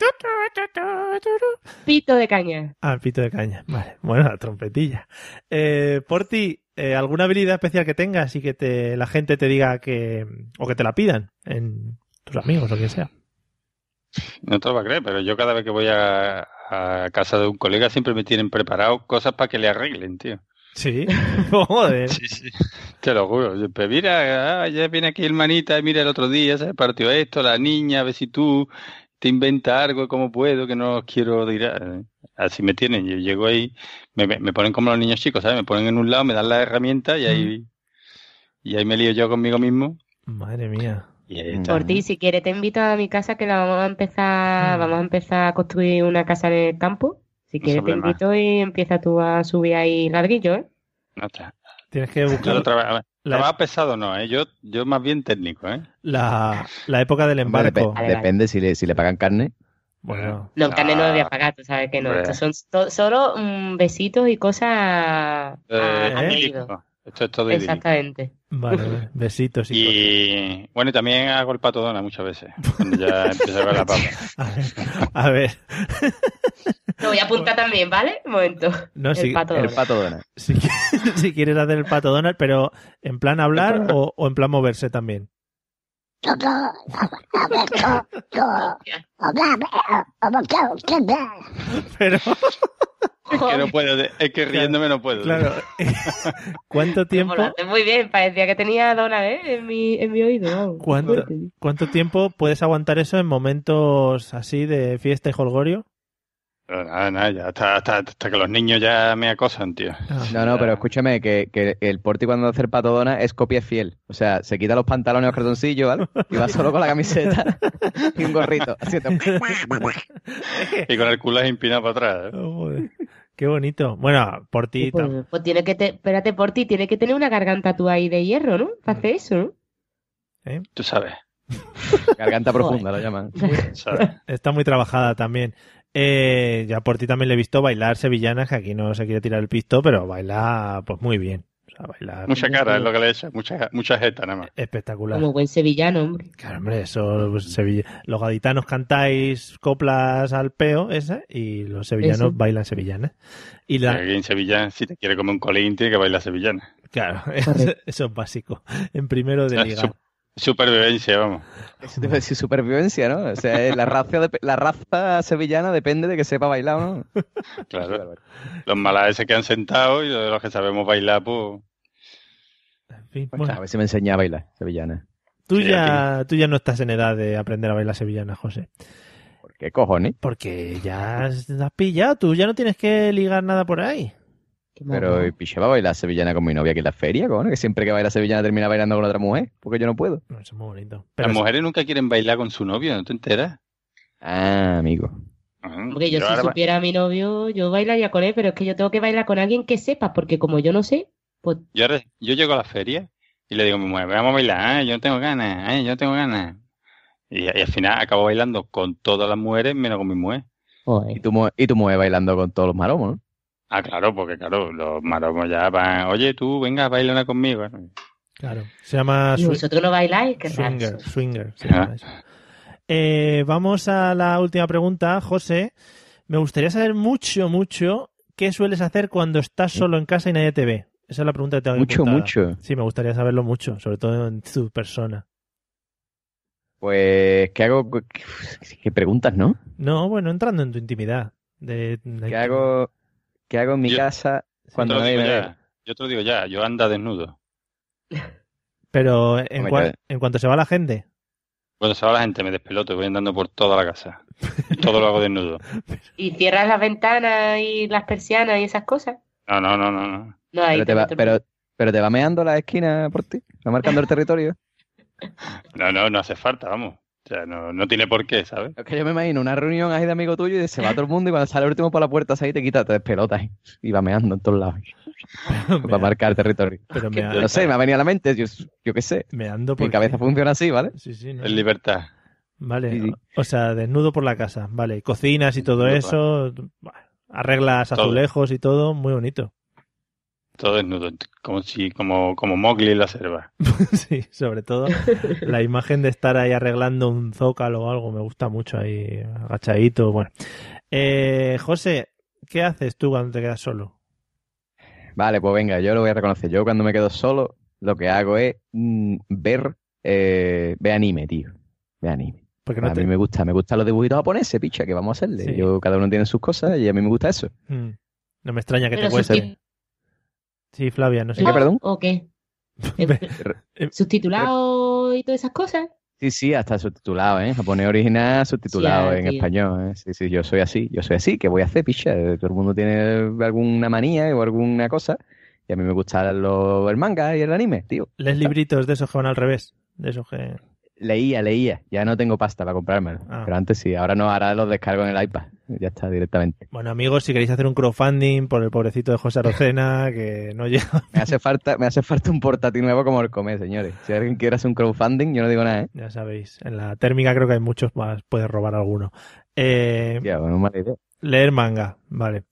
Pito de caña.
Ah, el pito de caña. Vale. Bueno, la trompetilla. Eh, Porti, eh, ¿alguna habilidad especial que tengas y que te, la gente te diga que. o que te la pidan en tus amigos o quien sea?
No te lo va a creer, pero yo cada vez que voy a, a casa de un colega siempre me tienen preparado cosas para que le arreglen, tío.
Sí. Joder.
Te lo juro. Siempre, mira, ah, ya viene aquí el manita, y mira el otro día, se partió esto, la niña, a ver si tú te inventa algo como puedo, que no os quiero dir. Así me tienen. Yo llego ahí, me, me- me ponen como los niños chicos, ¿sabes? Me ponen en un lado, me dan las herramientas y ahí, y ahí me lío yo conmigo mismo.
Madre mía.
Y ahí está.
Por ti, si quieres, te invito a mi casa que la vamos a empezar, vamos a empezar a construir una casa en el campo. Si
No
quieres, te
problema.
invito y empieza tú a subir ahí larguillo, ¿eh?
No está.
Tienes que
Yo lo
buscar
traba- a ver, trabajo pesado no, ¿eh? Yo, yo más bien técnico, ¿eh?
la, la época del
Hombre, depe-
embarco.
Depende si le, si le pagan carne.
Bueno.
No, carne no lo voy a pagar, tú sabes que no.
hombre.
Estos son to- solo mm, besitos y cosas a,
Ah,
Eh,
a
idílico.
pedido.
Esto es todo idílico.
Exactamente.
Vale, vale. Besitos y.
Y bueno, y también hago el pato dona muchas veces. cuando ya empiezo a ver la papa.
A ver.
Lo voy a apuntar también, ¿vale? Un momento.
No,
el
sí,
pato
el
Donald.
pato
Donald.
Si, qui- si quieres hacer el pato Donald, pero en plan hablar o, o en plan moverse también. Pero.
Es que no puedo, de- es que riéndome no puedo.
Claro. ¿Cuánto tiempo,
Lo haces Muy bien, parecía que tenía Donald, ¿eh? En mi, en mi oído. vamos.
cuánto, cuánto tiempo puedes aguantar eso en momentos así de fiesta y holgorio?
Pero nada, nada, ya hasta, hasta, hasta que los niños ya me acosan, tío.
No, no, pero escúchame, que, que el Porti cuando hace el patodona es copia fiel. O sea, se quita los pantalones, los cartoncillos, ¿vale? Y va solo con la camiseta y un gorrito. haciendo-
Y con el culo empinado para atrás. ¿eh?
Joder, Qué bonito. Bueno, por ti. tam-
Pues tiene que, te- espérate, por ti, tiene que tener una garganta tú ahí de hierro, ¿no? Para
Mm.
hacer eso, ¿no?
Tú sabes.
Garganta profunda lo llaman.
Está muy trabajada también. Eh, ya por ti también le he visto bailar sevillanas, que aquí no se quiere tirar el pisto, pero baila pues muy bien. O sea, bailar
Mucha cara es lo que le echa, mucha, mucha jeta nada más.
espectacular.
Como buen sevillano, hombre.
Claro, hombre, eso pues, Sevilla- los gaditanos cantáis coplas al peo esa y los sevillanos
Eso.
bailan sevillanas. Y la-
Aquí en Sevilla, si te quiere comer un colín, tiene que bailar sevillana.
claro, eso es básico. En primero de
Ah,
liga.
sup- Supervivencia, vamos.
Eso te iba a decir supervivencia, ¿no? O sea, eh, la raza, de- la raza sevillana depende de que sepa bailar o no.
Claro. Los malaes se quedan sentados y los que sabemos bailar, pues.
A ver si me enseña a bailar sevillana.
Tú ya, tú ya no estás en edad de aprender a bailar sevillana, José.
¿Por qué cojones?
Porque ya has te has pillado, tú ya no tienes que ligar nada por ahí.
Pero ¿y Piche va a bailar sevillana con mi novia aquí en la feria, cojones, que siempre que baila sevillana termina bailando con otra mujer, porque yo no puedo.
No, eso es muy bonito.
Las mujeres nunca quieren bailar con su novio, ¿no te enteras?
Ah, amigo.
Porque yo, si supiera a mi novio, yo bailaría con él, pero es que yo tengo que bailar con alguien que sepa, porque como yo no sé, pues
Yo, ahora- yo llego a la feria y le digo a mi mujer, vamos a bailar, "Ay, yo no tengo ganas, ay, yo no tengo ganas. Y, y al final acabo bailando con todas las mujeres menos con mi mujer.
Y tu, mu- y tu mujer bailando con todos los maromos, ¿no?
Ah, claro, porque claro, los maromos ya van, oye, tú, venga, baila una conmigo.
Claro. Se llama
y
swi-
vosotros no bailáis, qué raro.
swinger. swinger se llama eso. Eh, vamos a la última pregunta, José. Me gustaría saber mucho, mucho qué sueles hacer cuando estás solo en casa y nadie te ve. Esa es la pregunta que tengo aquí
Mucho,
apuntada.
mucho.
Sí, me gustaría saberlo mucho, sobre todo en tu persona.
Pues, ¿qué hago? ¿Qué, qué preguntas, no?
No, bueno, entrando en tu intimidad. De,
¿Qué hago, qué hago en mi casa cuando
yo te
nadie
lo
me
digo
ve?
ya, yo te lo digo ya, yo anda desnudo.
Pero en,
Hombre,
cua-
claro.
en cuanto se va la gente.
Cuando se va la gente me despeloto, voy andando por toda la casa. Todo lo hago desnudo.
Y cierras las ventanas y las persianas y esas cosas.
No, no, no, no. no.
No, ahí
Pero te, va,
otro-
pero, pero te va meando la esquina por ti, va marcando el territorio.
No, no, no hace falta, vamos. O sea, no, no tiene por qué, ¿sabes?
Es que yo me imagino una reunión ahí de amigo tuyo y se va todo el mundo y cuando sale el último por la puerta ahí te quita, te despelotas ¿eh? y va meando en todos lados. para marcar el territorio.
Pero me
no sé, me ha venido a la mente, yo, yo qué sé.
Me ando
Mi cabeza funciona así, ¿vale?
Sí, sí, no
Es
sé.
libertad.
Vale, o sea, desnudo por la casa, vale, cocinas y todo eso, bah, arreglas
Todo.
azulejos y todo, muy bonito.
Todo desnudo, como si, como, como Mowgli en la selva.
Sí, sobre todo la imagen de estar ahí arreglando un zócalo o algo, me gusta mucho ahí agachadito, bueno. Eh, José, ¿qué haces tú cuando te quedas solo?
Vale, pues venga, yo lo voy a reconocer. Yo cuando me quedo solo, lo que hago es mm, ver, eh, ve anime, tío. Ve anime.
Porque
a
no
mí
te-
me gusta, me gustan los dibujitos japoneses, picha, que vamos a hacerle.
Sí.
Yo, cada uno tiene sus cosas y a mí me gusta eso.
Mm, No me extraña que
Pero
te cueste.
susti- ¿Ah?
Sí, Flavia, no sé.
¿El qué, perdón?
¿O qué? ¿Subtitulado y todas esas cosas?
Sí, sí, hasta subtitulado, ¿eh? Japonés original, subtitulado
Sí, ah,
en
tío.
español, ¿eh? Sí, sí, yo soy así, yo soy así, ¿qué voy a hacer, picha? eh, Todo el mundo tiene alguna manía o alguna cosa y a mí me gusta lo- el manga y el anime, tío.
¿Lees libritos de esos que van al revés? De esos que...
Leía, leía. Ya no tengo pasta para comprármelo.
Ah.
Pero antes sí, ahora no, ahora los descargo en el iPad. Ya está, directamente.
Bueno, amigos, si queréis hacer un crowdfunding por el pobrecito de José Arocena, que no llega.
Me hace falta, me hace falta un portátil nuevo como el Come, señores. Si alguien quiere hacer un crowdfunding, yo no digo nada, ¿eh?
Ya sabéis, en la térmica creo que hay muchos más, puedes robar alguno. Eh,
Ya, bueno, mala idea.
Leer manga, vale.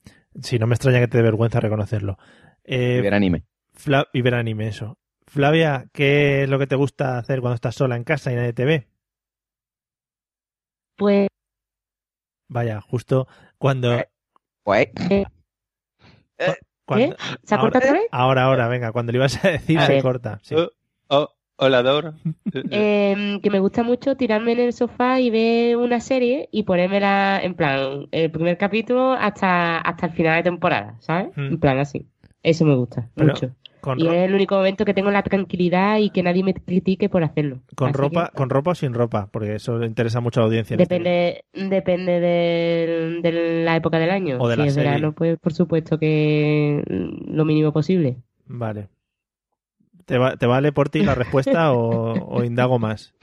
Si no me extraña que te dé vergüenza reconocerlo. Eh,
Y ver anime.
Fla- y ver anime, eso. Flavia, ¿qué es lo que te gusta hacer cuando estás sola en casa y nadie te ve?
Pues,
Vaya, justo cuando...
Pues...
¿eh? ¿Se ha cortado otra vez?
Ahora, ahora, venga, cuando le ibas a decir
A
se
ver.
corta. sí.
Oh, hola, Dor.
Eh, que me gusta mucho tirarme en el sofá y ver una serie y ponérmela en plan, el primer capítulo hasta, hasta el final de temporada, ¿sabes?
Mm.
En plan así. Eso me gusta
Pero
mucho.
con
y
ro-
es el único momento que tengo la tranquilidad y que nadie me critique por hacerlo.
Con
Así
ropa,
que
con ropa o sin ropa, porque eso le interesa mucho a la audiencia. en este
depende, depende del- de, la época del año.
O de
si
la
es
serie.
verano, pues por supuesto que mm, lo mínimo posible.
Vale. ¿Te, va- te vale por ti la respuesta o, o indago más?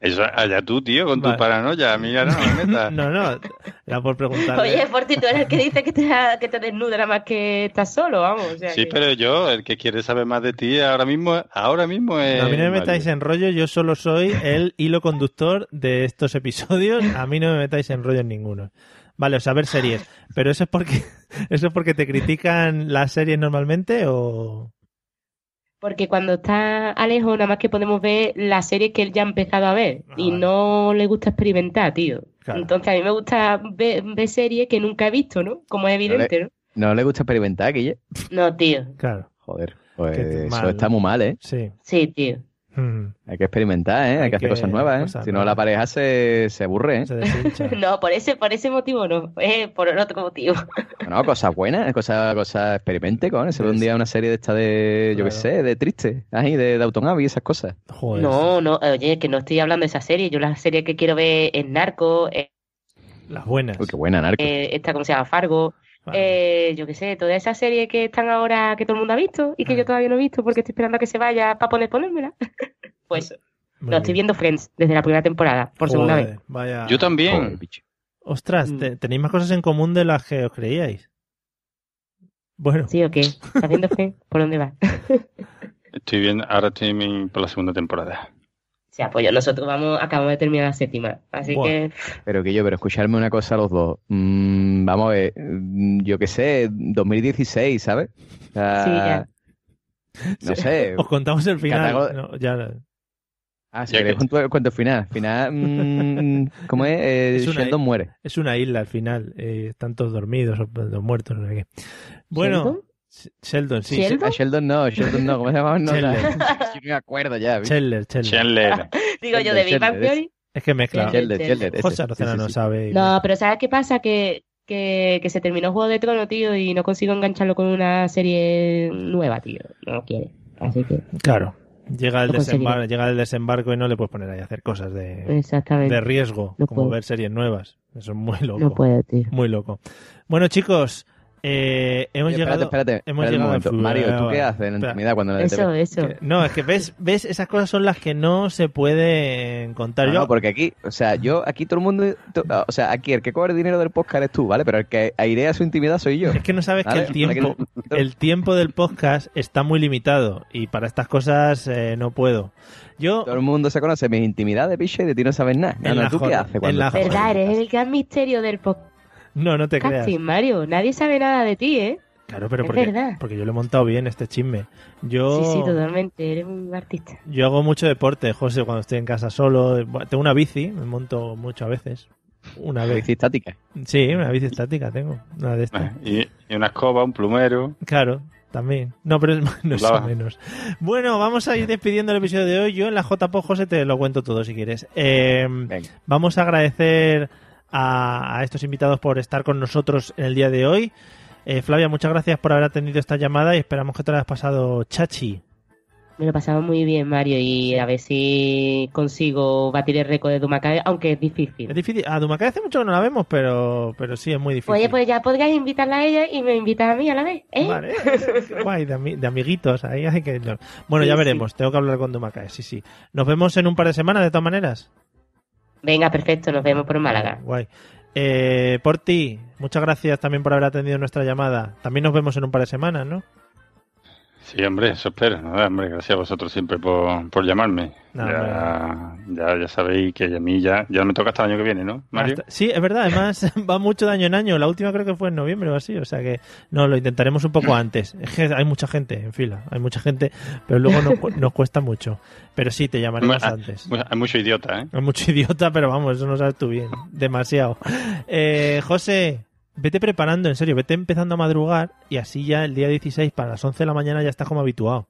Eso, allá tú, tío, con
Vale.
tu paranoia. Mira, no, me metas.
No, no, era por preguntarle.
Oye, Forti, tú eres el que dice que te, que te desnuda nada más que estás solo, vamos. o sea
Sí,
que-
pero yo, el que quiere saber más de ti ahora mismo, ahora mismo
Eh,
es.
No, a mí no me
Mario.
metáis en rollo, yo solo soy el hilo conductor de estos episodios. A mí no me metáis en rollo en ninguno. Vale, o sea, ver series. Pero eso es porque eso es porque te critican las series normalmente o
Porque cuando está Alejo, nada más que podemos ver la serie que él ya ha empezado a ver y no le gusta experimentar, tío.
Claro.
Entonces a mí me gusta ver, ver series que nunca he visto, ¿no? Como es evidente, ¿no?
No le gusta experimentar, Guille.
No, tío.
Claro.
Joder, pues
Qué
eso
mal.
está muy mal, ¿eh?
Sí. Mm,
Sí, tío.
Hay que experimentar, ¿eh? Hay, que hacer
que-
cosas nuevas, ¿eh?
cosas
si no,
nuevas.
la pareja se, se aburre, ¿eh?
No, por ese, por ese motivo no, es por otro motivo.
No, cosas buenas, cosas, cosas experimente, con Se ve un día una serie de esta de, yo qué sé, de triste, ahí, de, de Autonavi y esas cosas.
Pues
No, no, oye, que no estoy hablando de esa serie. Yo la serie que quiero ver es Narco, eh,
Las buenas.
Uy, qué buena, narco.
eh, esta como se llama Fargo, eh, yo qué sé, toda esa serie que están ahora que todo el mundo ha visto y que yo todavía no he visto porque estoy esperando a que se vaya para poner ponérmela. pues eso. no, estoy viendo Friends desde la primera temporada, por segunda
Joder,
vez. Mm.
Vaya.
Yo también.
Ostras, te- tenéis más cosas en común de las que os creíais. Bueno.
Sí, o qué. ¿Estás viendo Friends? ¿Por dónde va?
Estoy bien, ahora estoy en- por la segunda temporada.
O sea, pues yo- nosotros vamos, acabamos de terminar la séptima. Así
Buah.
que
Pero que yo, pero escucharme una cosa a los dos. Mm, vamos a ver, mm, yo qué sé, 2016, ¿sabes? O sea,
Sí, ya.
No sé.
Os contamos el final.
Catálogo-
No, ya.
Ah, si
Ya
queréis
que-
cuento, cuento el final. Final, mm, ¿cómo es? Eh,
Es una-
Sheldon muere.
Es una isla al final. Eh, están todos dormidos o todos muertos. No sé qué. Bueno. S- Sheldon, sí.
¿Sheldon? Ah, Sheldon no, Sheldon no, ¿cómo se llamaba? No,
Sheldon.
la- Yo me acuerdo ya. ¿viste?
Chandler, Chandler.
digo yo de Big Bang Theory.
Es que mezcla.
Chandler, Chandler, ese.
José Arocena
este, Sí, sí,
no
sí.
sabe.
No, pero ¿sabes qué pasa? Que, que, que se terminó Juego de Tronos, tío, y no consigo engancharlo con una serie nueva, tío. No quiere. Así que.
Claro. Llega el,
Lo conseguiré.
desembar- llega el desembarco y no le puedes poner ahí a hacer cosas de,
Exactamente.
de riesgo,
No
como
puedo.
ver series nuevas. Eso es muy loco.
No puedo, tío.
Muy loco. Bueno, chicos, eh, hemos
Oye,
llegado.
espérate, espérate,
hemos
espérate un
llegado
momento.
al fútbol.
Mario, ¿tú
Vale,
qué haces en la
espera.
intimidad cuando nadie te
Eso,
ve?
eso.
No, es que ves, ves, esas cosas son las que no se pueden contar.
No,
yo,
Ah, no, porque aquí, o sea, yo, aquí todo el mundo, to- o sea, aquí el que cobre dinero del podcast eres tú, ¿vale? Pero el que airea su intimidad soy yo.
Es que no sabes
¿Vale?
que el tiempo,
Aquí-
el tiempo del podcast está muy limitado y para estas cosas eh, no puedo. Yo
Todo el mundo se conoce mis intimidades, picha, y de ti no sabes nada.
En
No, no,
la
¿tú qué
jorn-
haces
en
cuando
la
estás-
¿Verdad? Eres el gran misterio del
no, no te creas.
podcasting, Mario. Nadie sabe nada de ti, ¿eh?
Claro, pero
Es
porque,
verdad.
porque yo lo he montado bien este chisme. Yo,
Sí, sí, totalmente. Eres un artista.
yo hago mucho deporte, José, cuando estoy en casa solo. Bueno, Tengo una bici, me monto mucho a veces. Una vez.
Bici estática.
Sí, una bici estática tengo. Una de estas.
Y, y una escoba, un plumero.
Claro, también. No, pero es más- no es
Lava.
menos. Bueno, vamos a ir despidiendo el episodio de hoy. Yo en la JPO, José, te lo cuento todo si quieres. Eh, vamos a agradecer a, a estos invitados por estar con nosotros en el día de hoy. Eh, Flavia, muchas gracias por haber atendido esta llamada y esperamos que te la hayas pasado chachi.
Me lo pasaba muy bien, Mario, y a ver si consigo batir el récord de Dumacay, aunque es difícil.
Es difícil. A Dumacay hace mucho que no la vemos, pero, pero sí, es muy difícil.
Oye, pues ya podrías invitarla a ella y me invitas a mí a la vez, ¿eh?
Vale, guay, de, ami- de amiguitos. Ahí hay que... Bueno,
Sí,
ya
sí.
veremos. Tengo que hablar con Dumacay, sí, sí. Nos vemos en un par de semanas, de todas maneras.
Venga, perfecto, nos vemos por Málaga.
Guay. Eh, Porti, muchas gracias también por haber atendido nuestra llamada. También nos vemos en un par de semanas, ¿no?
Sí, hombre, eso espero. Nada, hombre, gracias a vosotros siempre por, por llamarme.
No,
ya, ya, ya sabéis que a mí ya, ya me toca hasta el año que viene, ¿no, Mario?
Hasta- sí, es verdad, además va mucho de año en año. La última creo que fue en noviembre o así, o sea que no, lo intentaremos un poco antes. Es que hay mucha gente en fila, hay mucha gente, pero luego nos, cu- nos cuesta mucho. Pero sí, te llamaremos
Hay-
antes.
hay- Hay mucho idiota, ¿eh?
Hay mucho idiota, pero vamos, eso no sabes tú bien. Demasiado. Eh, José, vete preparando, en serio, vete empezando a madrugar y así ya el día 16 para las 11 de la mañana ya estás como habituado.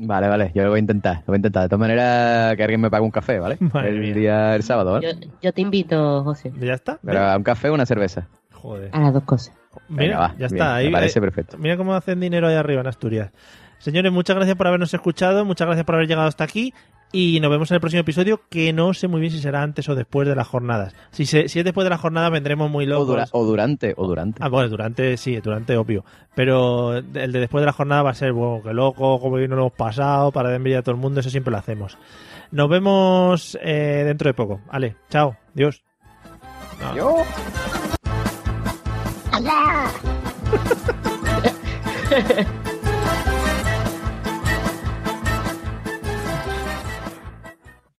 Vale, vale, yo lo voy a intentar, lo voy a intentar. De todas maneras, que alguien me pague un café, ¿vale?
Madre
el
mía.
día el sábado, ¿vale?
Yo, yo te invito, José.
Ya está.
Pero a un café o una cerveza.
Joder.
A las dos cosas.
Mira,
Venga, va,
ya
bien,
está.
me
Ahí,
parece
eh,
perfecto.
Mira cómo hacen dinero ahí arriba en Asturias. Señores, muchas gracias por habernos escuchado, muchas gracias por haber llegado hasta aquí y nos vemos en el próximo episodio que no sé muy bien si será antes o después de las jornadas. Si, se- si es después de las jornadas vendremos muy
O,
locos.
dura- o durante, o durante.
Ah, bueno, durante sí, durante obvio. Pero el de después de la jornada va a ser, bueno, qué loco, como no lo hemos pasado, para dar envidia a todo el mundo, eso siempre lo hacemos. Nos vemos eh, dentro de poco. Vale, chao, adiós. No.